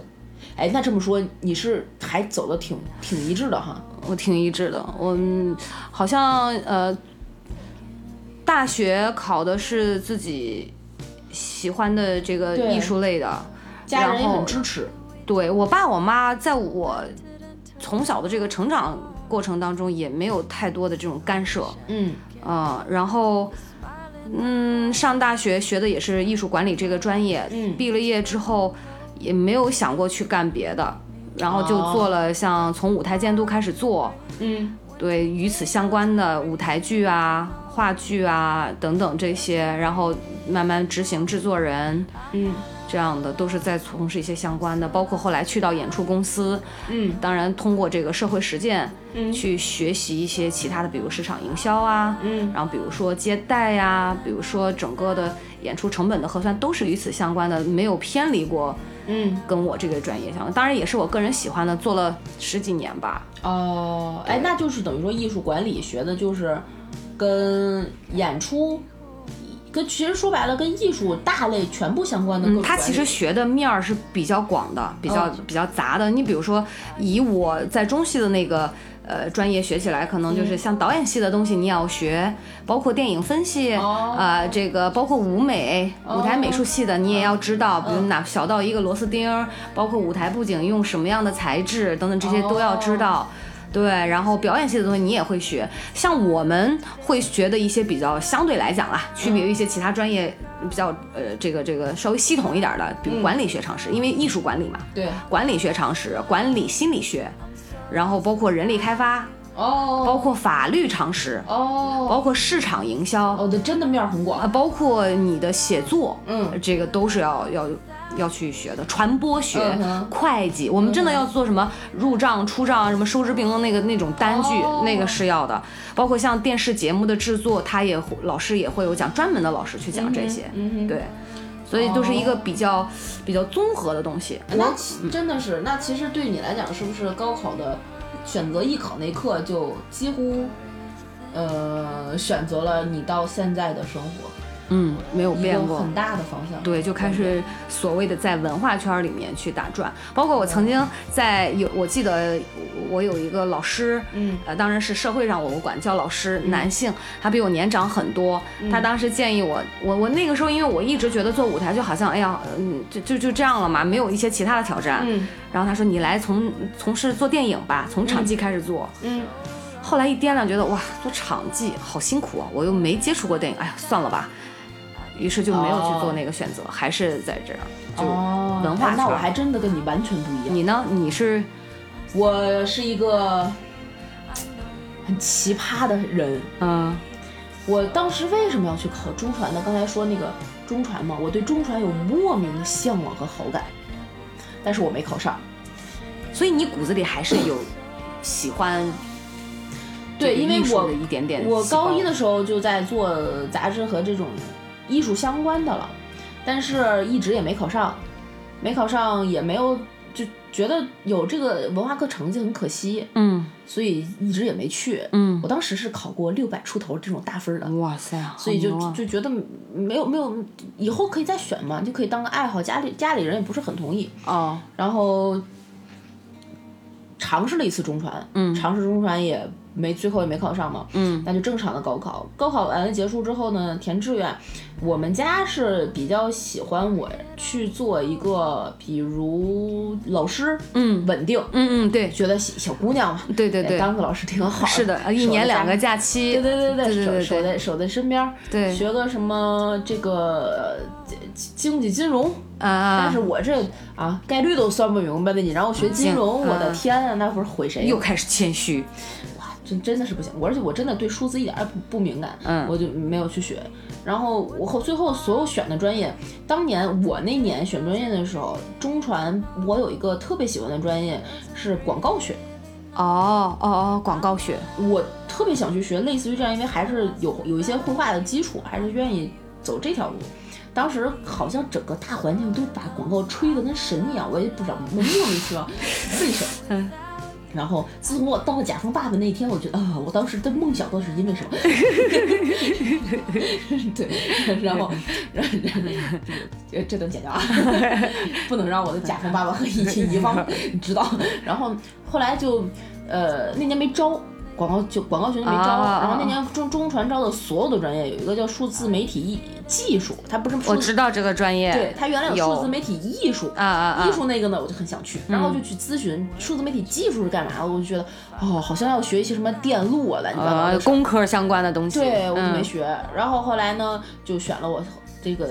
哎，那这么说你是还走的挺挺一致的哈？我挺一致的。我嗯好像呃，大学考的是自己喜欢的这个对艺术类的，家人也然后很支持，对我爸我妈，在我从小的这个成长过程当中，也没有太多的这种干涉，嗯，啊，然后。嗯，上大学学的也是艺术管理这个专业，嗯毕了业之后也没有想过去干别的，然后就哦做了像从舞台监督开始做，嗯，对与此相关的舞台剧啊、话剧啊等等这些，然后慢慢执行制作人，嗯，这样的都是在从事一些相关的，包括后来去到演出公司，嗯，当然通过这个社会实践，嗯去学习一些其他的，比如市场营销啊，嗯，然后比如说接待呀、比如说整个的演出成本的核算，都是与此相关的，没有偏离过嗯，跟我这个专业相关。当然也是我个人喜欢的，做了十几年吧，哦，哎，那就是等于说艺术管理学的就是跟演出，跟其实说白了跟艺术大类全部相关的各嗯，种他管理。其实学的面儿是比较广的，比较、嗯比较杂的。你比如说，以我在中戏的那个呃专业学起来，可能就是像导演系的东西你也要学，包括电影分析，哦呃，这个包括舞美、舞台美术系的你也要知道，比如哪小到一个螺丝钉儿，包括舞台布景用什么样的材质等等，这些都要知道。对，然后表演系的东西你也会学，像我们会学的一些比较相对来讲啦，区别于一些其他专业比较呃这个这个稍微系统一点的，比如管理学常识，因为艺术管理嘛，嗯对管理学常识、管理心理学，然后包括人力开发，哦包括法律常识，哦包括市场营销哦，对，真的面儿很啊，广。包括你的写作，嗯，这个都是要要要去学的，传播学、嗯哼会计，我们真的要做什么入账、出账、什么收支平衡那个那种单据，哦那个是要的。包括像电视节目的制作，他也会老师也会有讲专门的老师去讲这些，嗯哼对，所以就是一个哦比较、比较综合的东西。那其真的是，那其实对你来讲，是不是高考的选择艺考那一刻就几乎，呃，选择了你到现在的生活嗯，没有一变个过，很大的嗯方向？对，就开始所谓的在文化圈里面去打转。包括我曾经嗯在有，我记得我有一个老师，嗯，呃，当然是社会上我管教老师，男性，他比我年长很多。嗯他当时建议我，我我那个时候因为我一直觉得做舞台就好像，哎呀，嗯，就就就这样了嘛，没有一些其他的挑战。嗯然后他说你来从从事做电影吧，从场记开始做。嗯后来一掂量，觉得哇，做场记好辛苦啊，我又没接触过电影，哎呀，算了吧。于是就没有去做那个选择，还是在这儿。就哦，文化哎那圈我儿还真的跟你完全不一样。你呢？你是我是一个很奇葩的人。嗯我当时为什么要去考中传呢？刚才说那个中传嘛，我对中传有莫名的向往和好感，但是我没考上。所以你骨子里还是有喜欢对，这个因为艺术我的一点点我细高一胞的时候就在做杂志和这种艺术相关的了，但是一直也没考上，没考上也没有就觉得有这个文化课成绩很可惜，嗯所以一直也没去。嗯我当时是考过六百出头这种大分儿的，哇塞，好所以就牛啊就觉得没有没有，以后可以再选嘛，就可以当个爱好。家里家里人也不是很同意，哦然后尝试了一次中传，嗯尝试中传也没最后也没考上嘛，嗯，那就正常的高考。高考完了结束之后呢，填志愿，我们家是比较喜欢我去做一个，比如老师，嗯，稳定，嗯嗯，对觉得小小姑娘嘛，对对哎对，当个老师挺好的，是的，一守年在两家个假期，对对对对守对守在守在身边儿，对学个什么这个呃经经济金融，但啊是，我这啊概率都算不明白的，你让我学金融，行我的嗯天啊，那不是毁谁又？开始谦虚，真真的是不行，我而且我真的对数字一点儿也不不敏感，嗯我就没有去学。然后我后最后所有选的专业，当年我那年选专业的时候，中传我有一个特别喜欢的专业是广告学，哦哦哦，广告学，我特别想去学类似于这样，因为还是有有一些绘画的基础，还是愿意走这条路。当时好像整个大环境都把广告吹得跟神一样，我也不知道，我莫名其妙为什么。然后自从我当了甲方爸爸那天，我觉得啊、我当时的梦想都是 (laughs) 因为什么？对，然后，然后，这这段剪掉啊， (laughs) 不能让我的甲方爸爸和乙乙方知道。然后后来就，呃，那年没招。广告就广告学就没招，啊然后那年中中传招的所有的专业有一个叫数字媒体艺技术，它不是数我字知道这个专业，对，它原来有有数字媒体艺术啊啊啊嗯艺术那个呢，我就很想去，然后就去咨询数字媒体技术是干嘛的，我就觉得哦，好像要学一些什么电路啊，乱七八糟呃的，事儿。工科相关的东西，对，我就没嗯学。然后后来呢，就选了我这个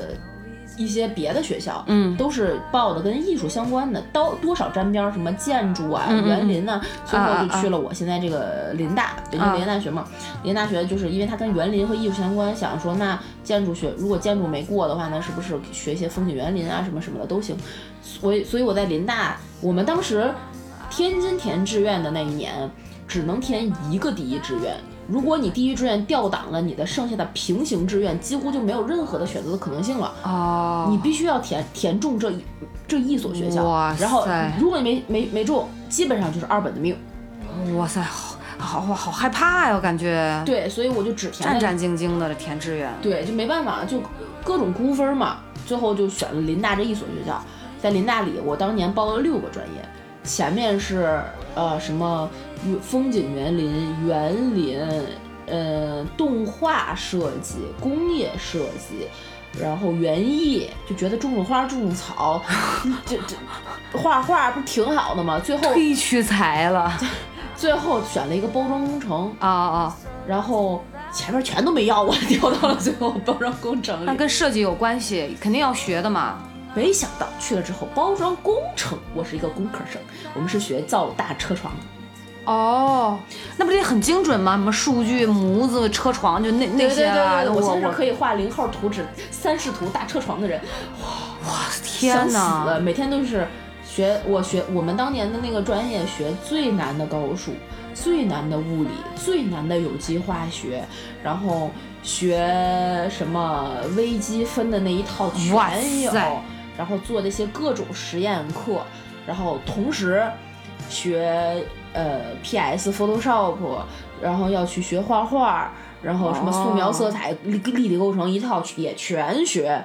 一些别的学校，嗯都是报的跟艺术相关的，都多少沾边儿，什么建筑啊、嗯嗯园林啊，最后啊啊啊就去了我现在这个林大，北京林业大学嘛。林业大学就是因为它跟园林和艺术相关，想说那建筑学如果建筑没过的话，那是不是学一些风景园林啊什么什么的都行？所以所以我在林大，我们当时天津填志愿的那一年，只能填一个第一志愿。如果你第一志愿调档了，你的剩下的平行志愿几乎就没有任何的选择的可能性了。哦，你必须要填填中这一这一所学校哇，塞然后如果你没没没中，基本上就是二本的命。哇塞，好好好好害怕呀，我感觉，对，所以我就只填战了，战兢兢的填志愿，对，就没办法，就各种估分嘛，最后就选了林大这一所学校。在林大里，我当年报了六个专业，前面是呃什么风景园林、园林，呃动画设计、工业设计。然后园艺就觉得种种花种种草，这这画画不是挺好的吗？最后忒屈才了，最后选了一个包装工程，啊啊，然后前面全都没要我， (laughs) 调到了最后包装工程那里。跟设计有关系，肯定要学的嘛，没想到去了之后，包装工程，我是一个工科生，我们是学造大车床的。哦，那不得很精准吗？什么数据、模子、车床，就那那对对些对啊，对，我现在我是可以画零号图纸、三视图、大车床的人。天想死哪了，！每天都是学我学我们当年的那个专业，学最难的高数，最难的物理，最难的有机化学，然后学什么微积分的那一套哇全有塞，然后做那些各种实验课，然后同时学呃 PS Photoshop，然后要去学画画。然后什么素描、哦色彩、立立体构成一套也全学，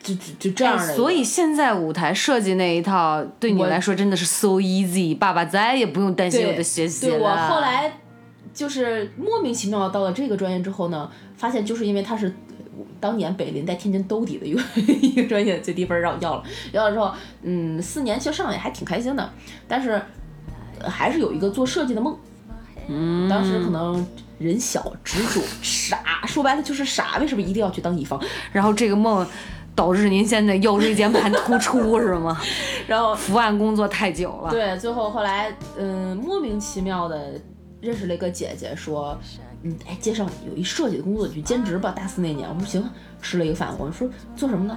就就就这样的一个、哎所以现在舞台设计那一套对你我来说真的是 so easy，爸爸再也不用担心对我的学习了。对我后来就是莫名其妙地到了这个专业之后呢，发现就是因为它是呃当年北林在天津兜底的一个一个专业，最低分让我要了，要了之后，嗯，四年其实上也还挺开心的，但是呃还是有一个做设计的梦。嗯，当时可能人小执着傻，说白了就是傻。为什么一定要去当乙方？然后这个梦导致您现在腰椎间盘突 (laughs) 出是吗？然后伏案工作太久了。对，最后后来，嗯，莫名其妙的认识了一个姐姐，说，嗯，哎，介绍你有一设计的工作，你去兼职吧。大四那年，我说行，吃了一个饭，我说做什么呢？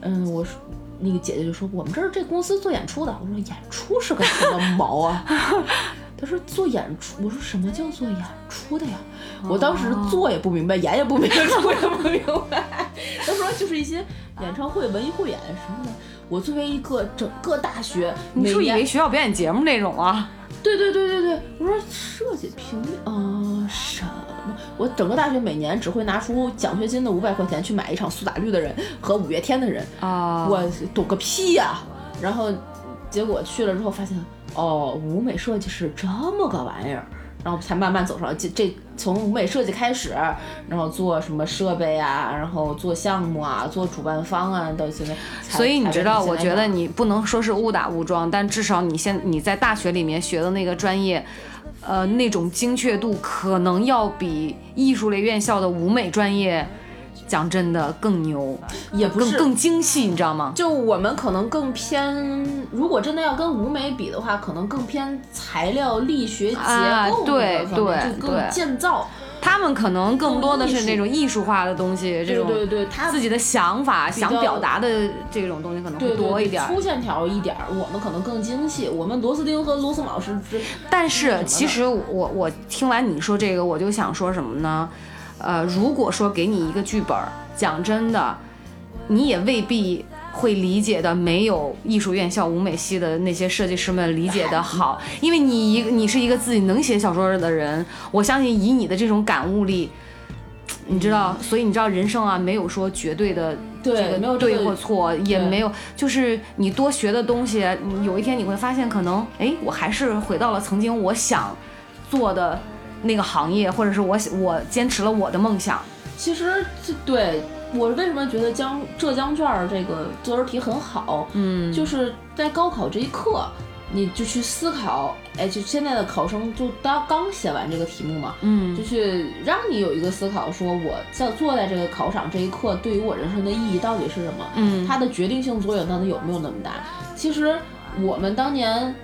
嗯，我说。那个姐姐就说：“我们这儿这公司做演出的。”我说：“演出是个什么毛啊？” (laughs) 她说：“做演出。”我说：“什么叫做演出的呀？”我当时做也不明白，演也不明白， (laughs) 出也不明白。她说：“就是一些演唱会、文艺汇演什么的。”我作为一个整个大学，你是不是每以年为学校表演节目那种啊？对对对对对，我说设计平面啊、什么？我整个大学每年只会拿出奖学金的五百块钱去买一场苏打绿的人和五月天的人，啊，我懂个屁呀、然后结果去了之后发现，哦，舞美设计是这么个玩意儿，然后才慢慢走上了这这从舞美设计开始，然后做什么设备啊，然后做项目啊，做主办方啊，到现在才。所以你才知变成道，现我在觉这得样你不能说是误打误撞，但至少你现你在大学里面学的那个专业，呃，那种精确度可能要比艺术类院校的舞美专业，讲真的更牛，也不更是更精细，你知道吗？就我们可能更偏，如果真的要跟舞美比的话，可能更偏材料、力学、结构啊对那个方面对就更对建造。他们可能更多的更艺是术那种艺术化的东西，这对种对对，它自己的想法、较想表达的这种东西可能对会对多对一点儿。粗线条一点儿，我们可能更精细。我们螺丝钉和螺丝帽是之但是其实我我听完你说这个，我就想说什么呢？呃，如果说给你一个剧本儿，讲真的，你也未必会理解的，没有艺术院校舞美系的那些设计师们理解的好， (laughs) 因为你一个你是一个自己能写小说的人，我相信以你的这种感悟力。你知道，所以你知道人生啊，没有说绝对的对这没有个这对个或错，也对没有，就是你多学的东西，你有一天你会发现，可能哎，我还是回到了曾经我想做的那个行业，或者是我我坚持了我的梦想。其实这对我为什么觉得江浙江卷儿这个作文题很好，嗯，就是在高考这一刻，你就去思考，哎，就现在的考生就刚刚写完这个题目嘛，嗯就，是让你有一个思考，说我在坐在这个考场这一刻，对于我人生的意义到底是什么？嗯它的决定性作用到底有没有那么大？其实我们当年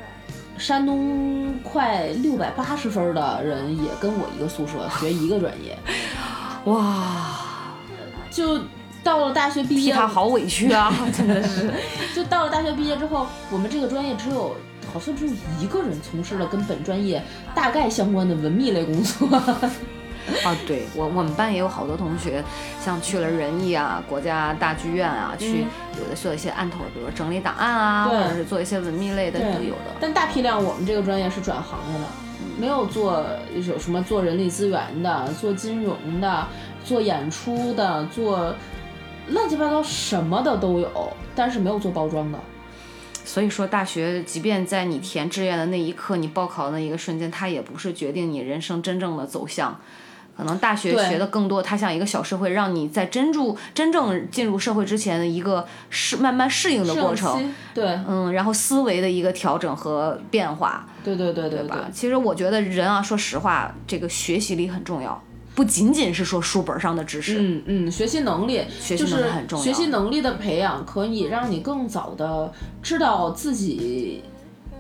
山东快六百八十分的人也跟我一个宿舍学一个专业，哇，就到了大学毕替业，他好委屈啊，真的是。就到了大学毕业之后，我们这个专业只有。好像只有一个人从事了跟本专业大概相关的文秘类工 (laughs) 作，啊，对我我们班也有好多同学，像去了仁义啊、国家大剧院啊，去、嗯有的做一些案头，比如说整理档案啊，或对者是做一些文秘类的对都有的。但大批量我们这个专业是转行业的，没有做有什么做人力资源的、做金融的、做演出的、做乱七八糟什么的都有，但是没有做包装的。所以说，大学即便在你填志愿的那一刻，你报考的那一个瞬间，它也不是决定你人生真正的走向。可能大学对学的更多，它像一个小社会，让你在真入真正进入社会之前的一个适慢慢适应的过上程期。对嗯，然后思维的一个调整和变化，对对对对对吧？呃其实我觉得人啊，说实话，这个学习力很重要，不仅仅是说书本上的知识。嗯嗯，学习能力学习就是能力很重要学习能力的培养可以让你更早的知道自己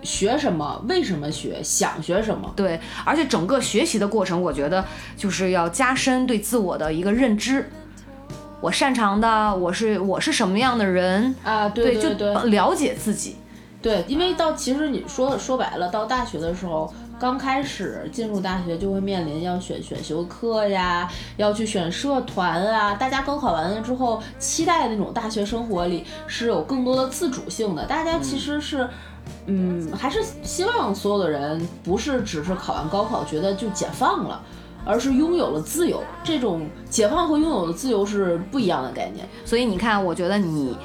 学什么、为什么学、想学什么。对，而且整个学习的过程，我觉得就是要加深对自我的一个认知。我擅长的，我是我是什么样的人，啊，对对对，就了解自己。嗯对，因为到其实你说说白了，到大学的时候，刚开始进入大学就会面临要选选修课呀，要去选社团啊。大家高考完了之后，期待那种大学生活里是有更多的自主性的。大家其实是。嗯，还是希望所有的人不是只是考完高考觉得就解放了，而是拥有了自由。这种解放和拥有的自由是不一样的概念。所以你看，我觉得你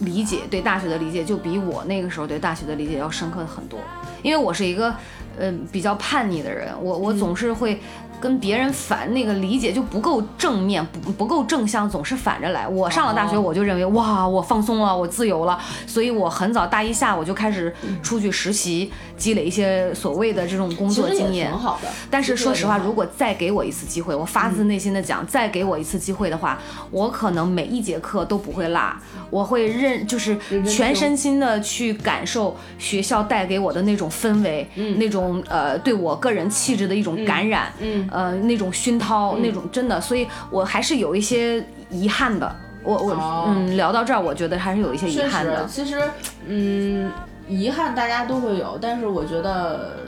理解对大学的理解，就比我那个时候对大学的理解要深刻的很多。因为我是一个嗯、比较叛逆的人，我嗯我总是会跟别人反那个理解就不够正面，不不够正向，总是反着来。我上了大学，哦我就认为、哇，我放松了，我自由了，所以我很早大一下我就开始嗯出去实习，积累一些所谓的这种工其作实也经验挺。好的，但是其说也实挺话，好如果再给我一次机会，我发嗯自内心的讲，再给我一次机会的话，我可能每一节课都不会落，我会认就是认真全听身心的去感受学校带给我的那种氛围，那种呃对我个人气质的一种感染，嗯呃那种熏陶，那种真的，所以我还是有一些遗憾的。我我、哦嗯，聊到这儿，我觉得还是有一些遗确憾实的，。其实，嗯，遗憾大家都会有，但是我觉得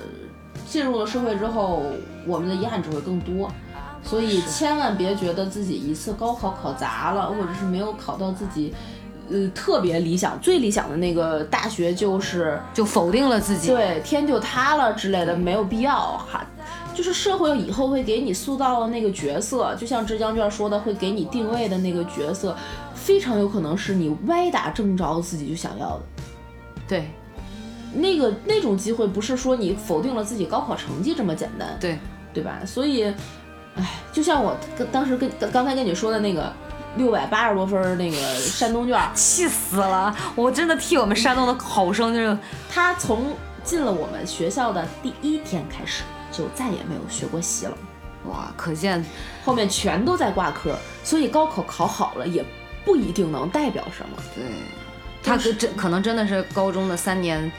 进入了社会之后，我们的遗憾只会更多。所以千万别觉得自己一次高考考砸了，或者是没有考到自己，呃，特别理想、最理想的那个大学，就是就否定了自己。对天就塌了之类的，没有必要哈。就是社会以后会给你塑造的那个角色，就像浙江卷说的，会给你定位的那个角色，非常有可能是你歪打正着自己就想要的。对，那个那种机会不是说你否定了自己高考成绩这么简单，对，对吧？所以，哎，就像我跟当时跟刚才跟你说的那个六百八十多分儿那个山东卷儿，气死了！我真的替我们山东的考生就是他从进了我们学校的第一天开始，就再也没有学过习了，哇，可见后面全都在挂科，所以高考考好了也不一定能代表什么。对，他可真可能真的是高中的三年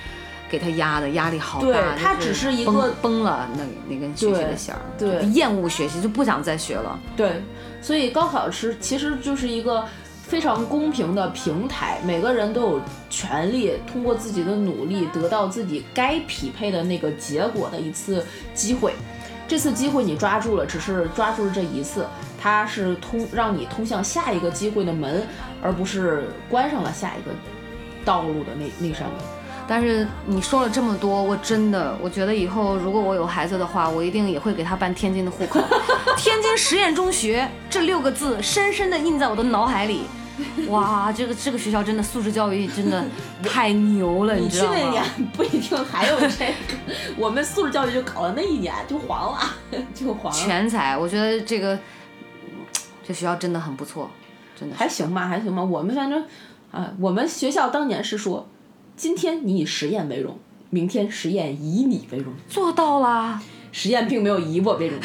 给他压的压力好大，对就是他只是一个崩崩了那那根学习的弦儿，对对就厌恶学习就不想再学了，对，所以高考是其实就是一个非常公平的平台，每个人都有权利通过自己的努力得到自己该匹配的那个结果的一次机会。这次机会你抓住了，只是抓住了这一次，它是通让你通向下一个机会的门，而不是关上了下一个道路的那那扇门。但是你说了这么多，我真的，我觉得以后如果我有孩子的话，我一定也会给他办天津的户 (laughs) 口。天津实验中学这六个字深深的印在我的脑海里。哇，这个这个学校真的素质教育真的太牛了，你你知去道那吗年？不一定还有这个，我们素质教育就考了那一年就黄了，就黄了。全才，我觉得这个这学校真的很不错，真的是还行吧，还行吧。我们反正，啊，我们学校当年是说，今天你以实验为荣，明天实验以你为荣。做到啦。实验并没有以我为荣，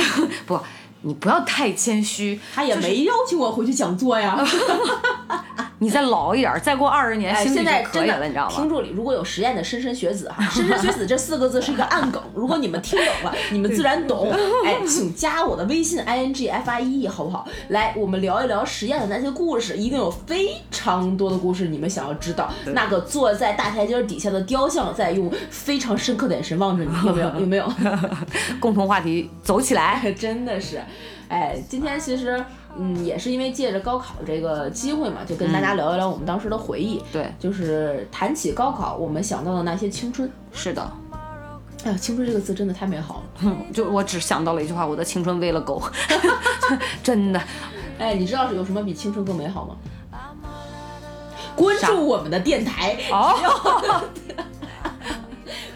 不，你不要太谦虚，他也没邀请我回去讲座呀。 (laughs) 你再老一点儿，再过二十年，哎，兴许现在就可真以的了，你知道听吗？众里如果有实验的莘莘学子哈，莘莘学子这四个字是一个暗梗，如果你们听懂了，你们自然懂。哎，请加我的微信 i n g f i e 好不好？来，我们聊一聊实验的那些故事，一定有非常多的故事你们想要知道。那个坐在大台阶底下的雕像在用非常深刻的眼神望着你，有没有？有没有？ (laughs) 共同话题，走起来！ (laughs) 真的是，哎，今天其实，嗯，也是因为借着高考这个机会嘛，就跟大家聊一聊我们当时的回忆。嗯对就是谈起高考，我们想到的那些青春。是的，哎呀，青春这个字真的太美好了。嗯就我只想到了一句话：我的青春喂了狗， (laughs) 真的。哎，你知道有什么比青春更美好吗？关啥注我们的电台， (laughs) 哦，关注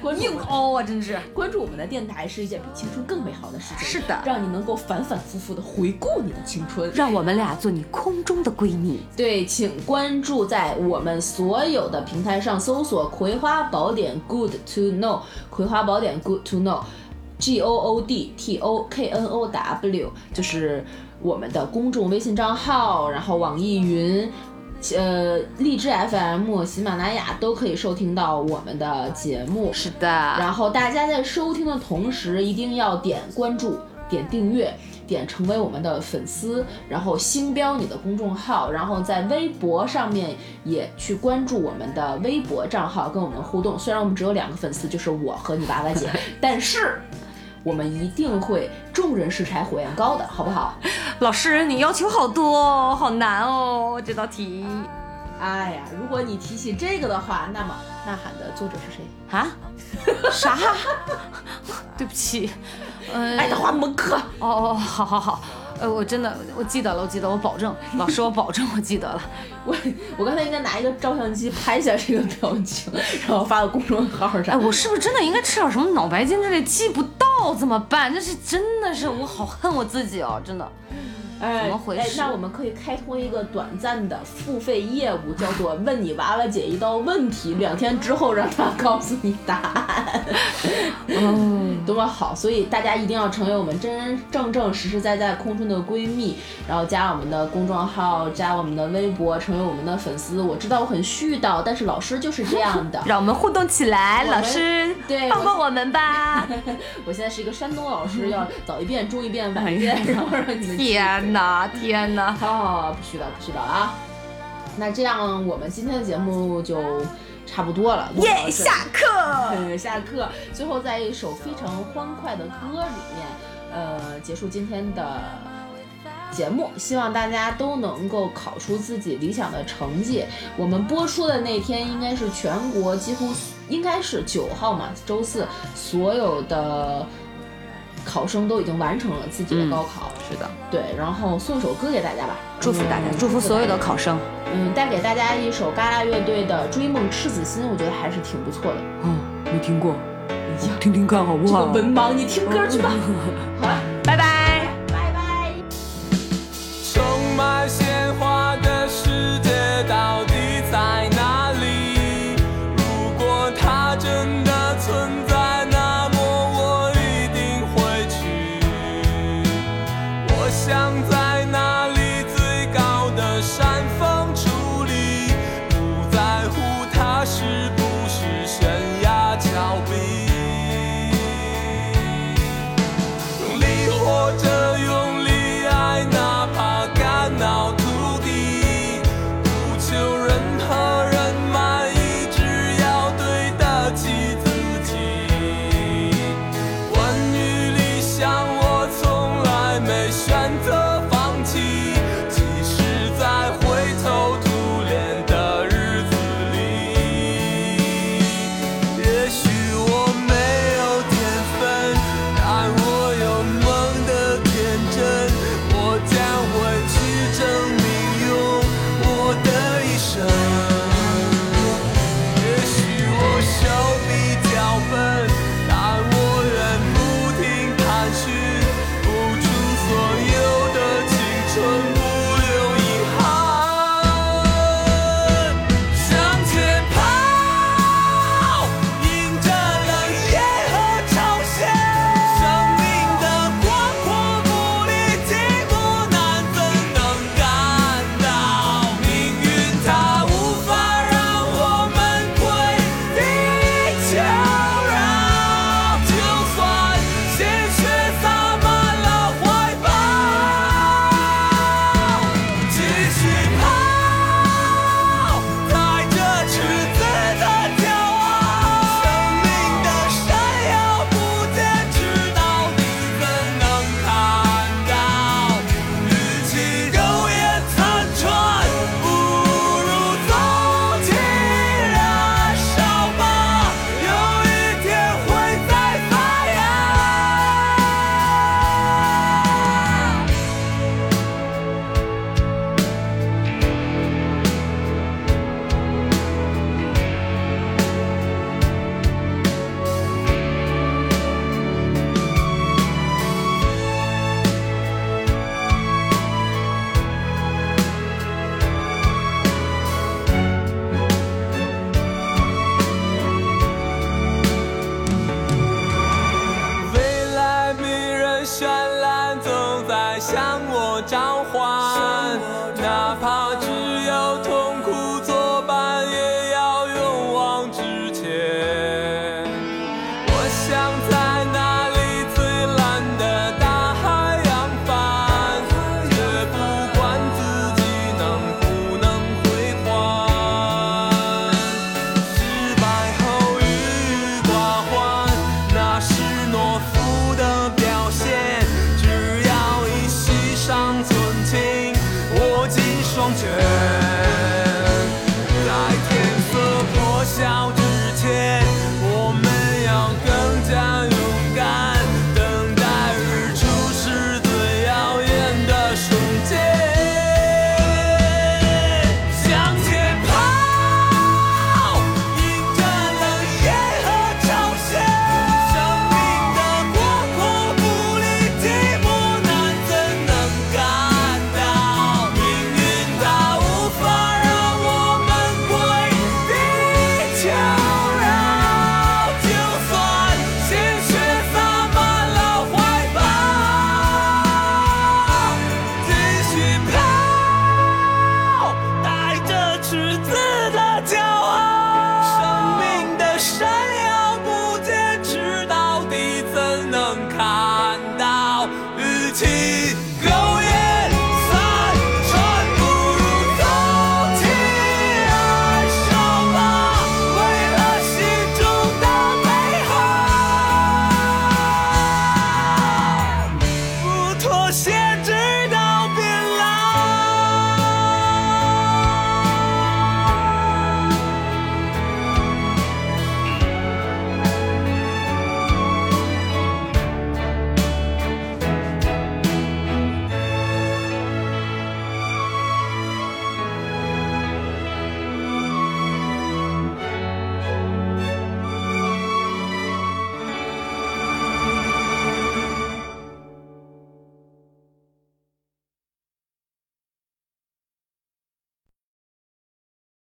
我硬们凹啊，真是。关注我们的电台是一件比青春更美好的事情。是的让你能够反反复复的回顾你的青春。让我们俩做你空中的闺蜜。对，请关注在我们所有的平台上搜索《葵花宝典 Good to Know》，葵花宝典 Good to Know。G O O D T O K N O W，就是我们的公众微信账号，然后网易云、呃荔枝 FM、喜马拉雅都可以收听到我们的节目。是的，然后大家在收听的同时，一定要点关注、点订阅、点成为我们的粉丝，然后星标你的公众号，然后在微博上面也去关注我们的微博账号，跟我们互动。虽然我们只有两个粉丝，就是我和你娃娃 (laughs) 姐，但是我们一定会众人拾柴火焰高的，好不好？老师，你要求好多哦，好难哦，这道题哎呀，如果你提起这个的话，那么《呐喊》的作者是谁？ (laughs) 啊？啥？ (laughs) 对不起，嗯、爱德华·蒙克。哦哦，好好好，呃，我真的我记得了，我记得，我保证，老师，我保证我记得了。我我刚才应该拿一个照相机拍下这个表情，然后发到公众号哎，上。我是不是真的应该吃点什么脑白金之类？记不到怎么办？这是真的是，我好恨我自己哦，真的。哎，怎么回事哎那我们可以开通一个短暂的付费业务，叫做“问你娃娃姐一道问题”，两天之后让她告诉你答案，嗯，。多么好！所以大家一定要成为我们真真正正、实实在在空中的闺蜜，然后加我们的公众号，加我们的微博，成为我们的粉丝。我知道我很絮叨，但是老师就是这样的让我们互动起来，我们老师，对帮我帮我们吧！ (laughs) 我现在是一个山东老师，要早一遍、中一遍、晚一遍，然后让你们记哎天哪，天哪！哦，不许了，不许了啊！那这样我们今天的节目就差不多了，耶、录到这里哎下课。嗯下课。最后在一首非常欢快的歌里面，呃，结束今天的节目。希望大家都能够考出自己理想的成绩。我们播出的那天应该是全国几乎应该是九号嘛，周四，所有的考生都已经完成了自己嗯的高考。是的，对，然后送一首歌给大家吧，祝福大家嗯，祝福所有的考生。嗯，带给大家一首嘎啦乐队的《追梦赤子心》，我觉得还是挺不错的。嗯，没听过，哎呀，听听看好不这个好？文盲，你听歌 (laughs) 去吧。好啊，拜拜。拜拜。充满鲜花的世界到底在哪里？如果它真的存在，那么我一定会去。我想在那里最高的山峰矗立，不在乎它是不是悬崖峭壁。用力活着，用力爱，哪怕肝脑涂地，不求任何人满意，只要对得起自己。关于理想，我从来没选择放弃，即使在灰头土脸的日子里。也许我没有天分，但我有梦的天真。我将会去证明用我的一生。也许我手比较笨，但我愿不停探寻，付出所有的青春，不留遗憾。向前跑，迎着冷眼和嘲笑，生命的广阔不力，疾苦难怎能感到？命运它无法让我们跪地求饶，就算鲜血洒满了怀抱，继续跑。踩着赤子的骄傲，生命的闪耀不坚持到底怎能看到？与其苟延残喘，不如纵情燃烧吧，有一天会再发芽。未来迷人绚烂，总在向我召唤。哪怕只有痛苦作伴，也要勇往直前。我想在那里最蓝的大海扬帆，也不管自己能不能归还。失败后郁郁寡欢，那是懦夫的表现。只要一息尚存，请握紧双拳。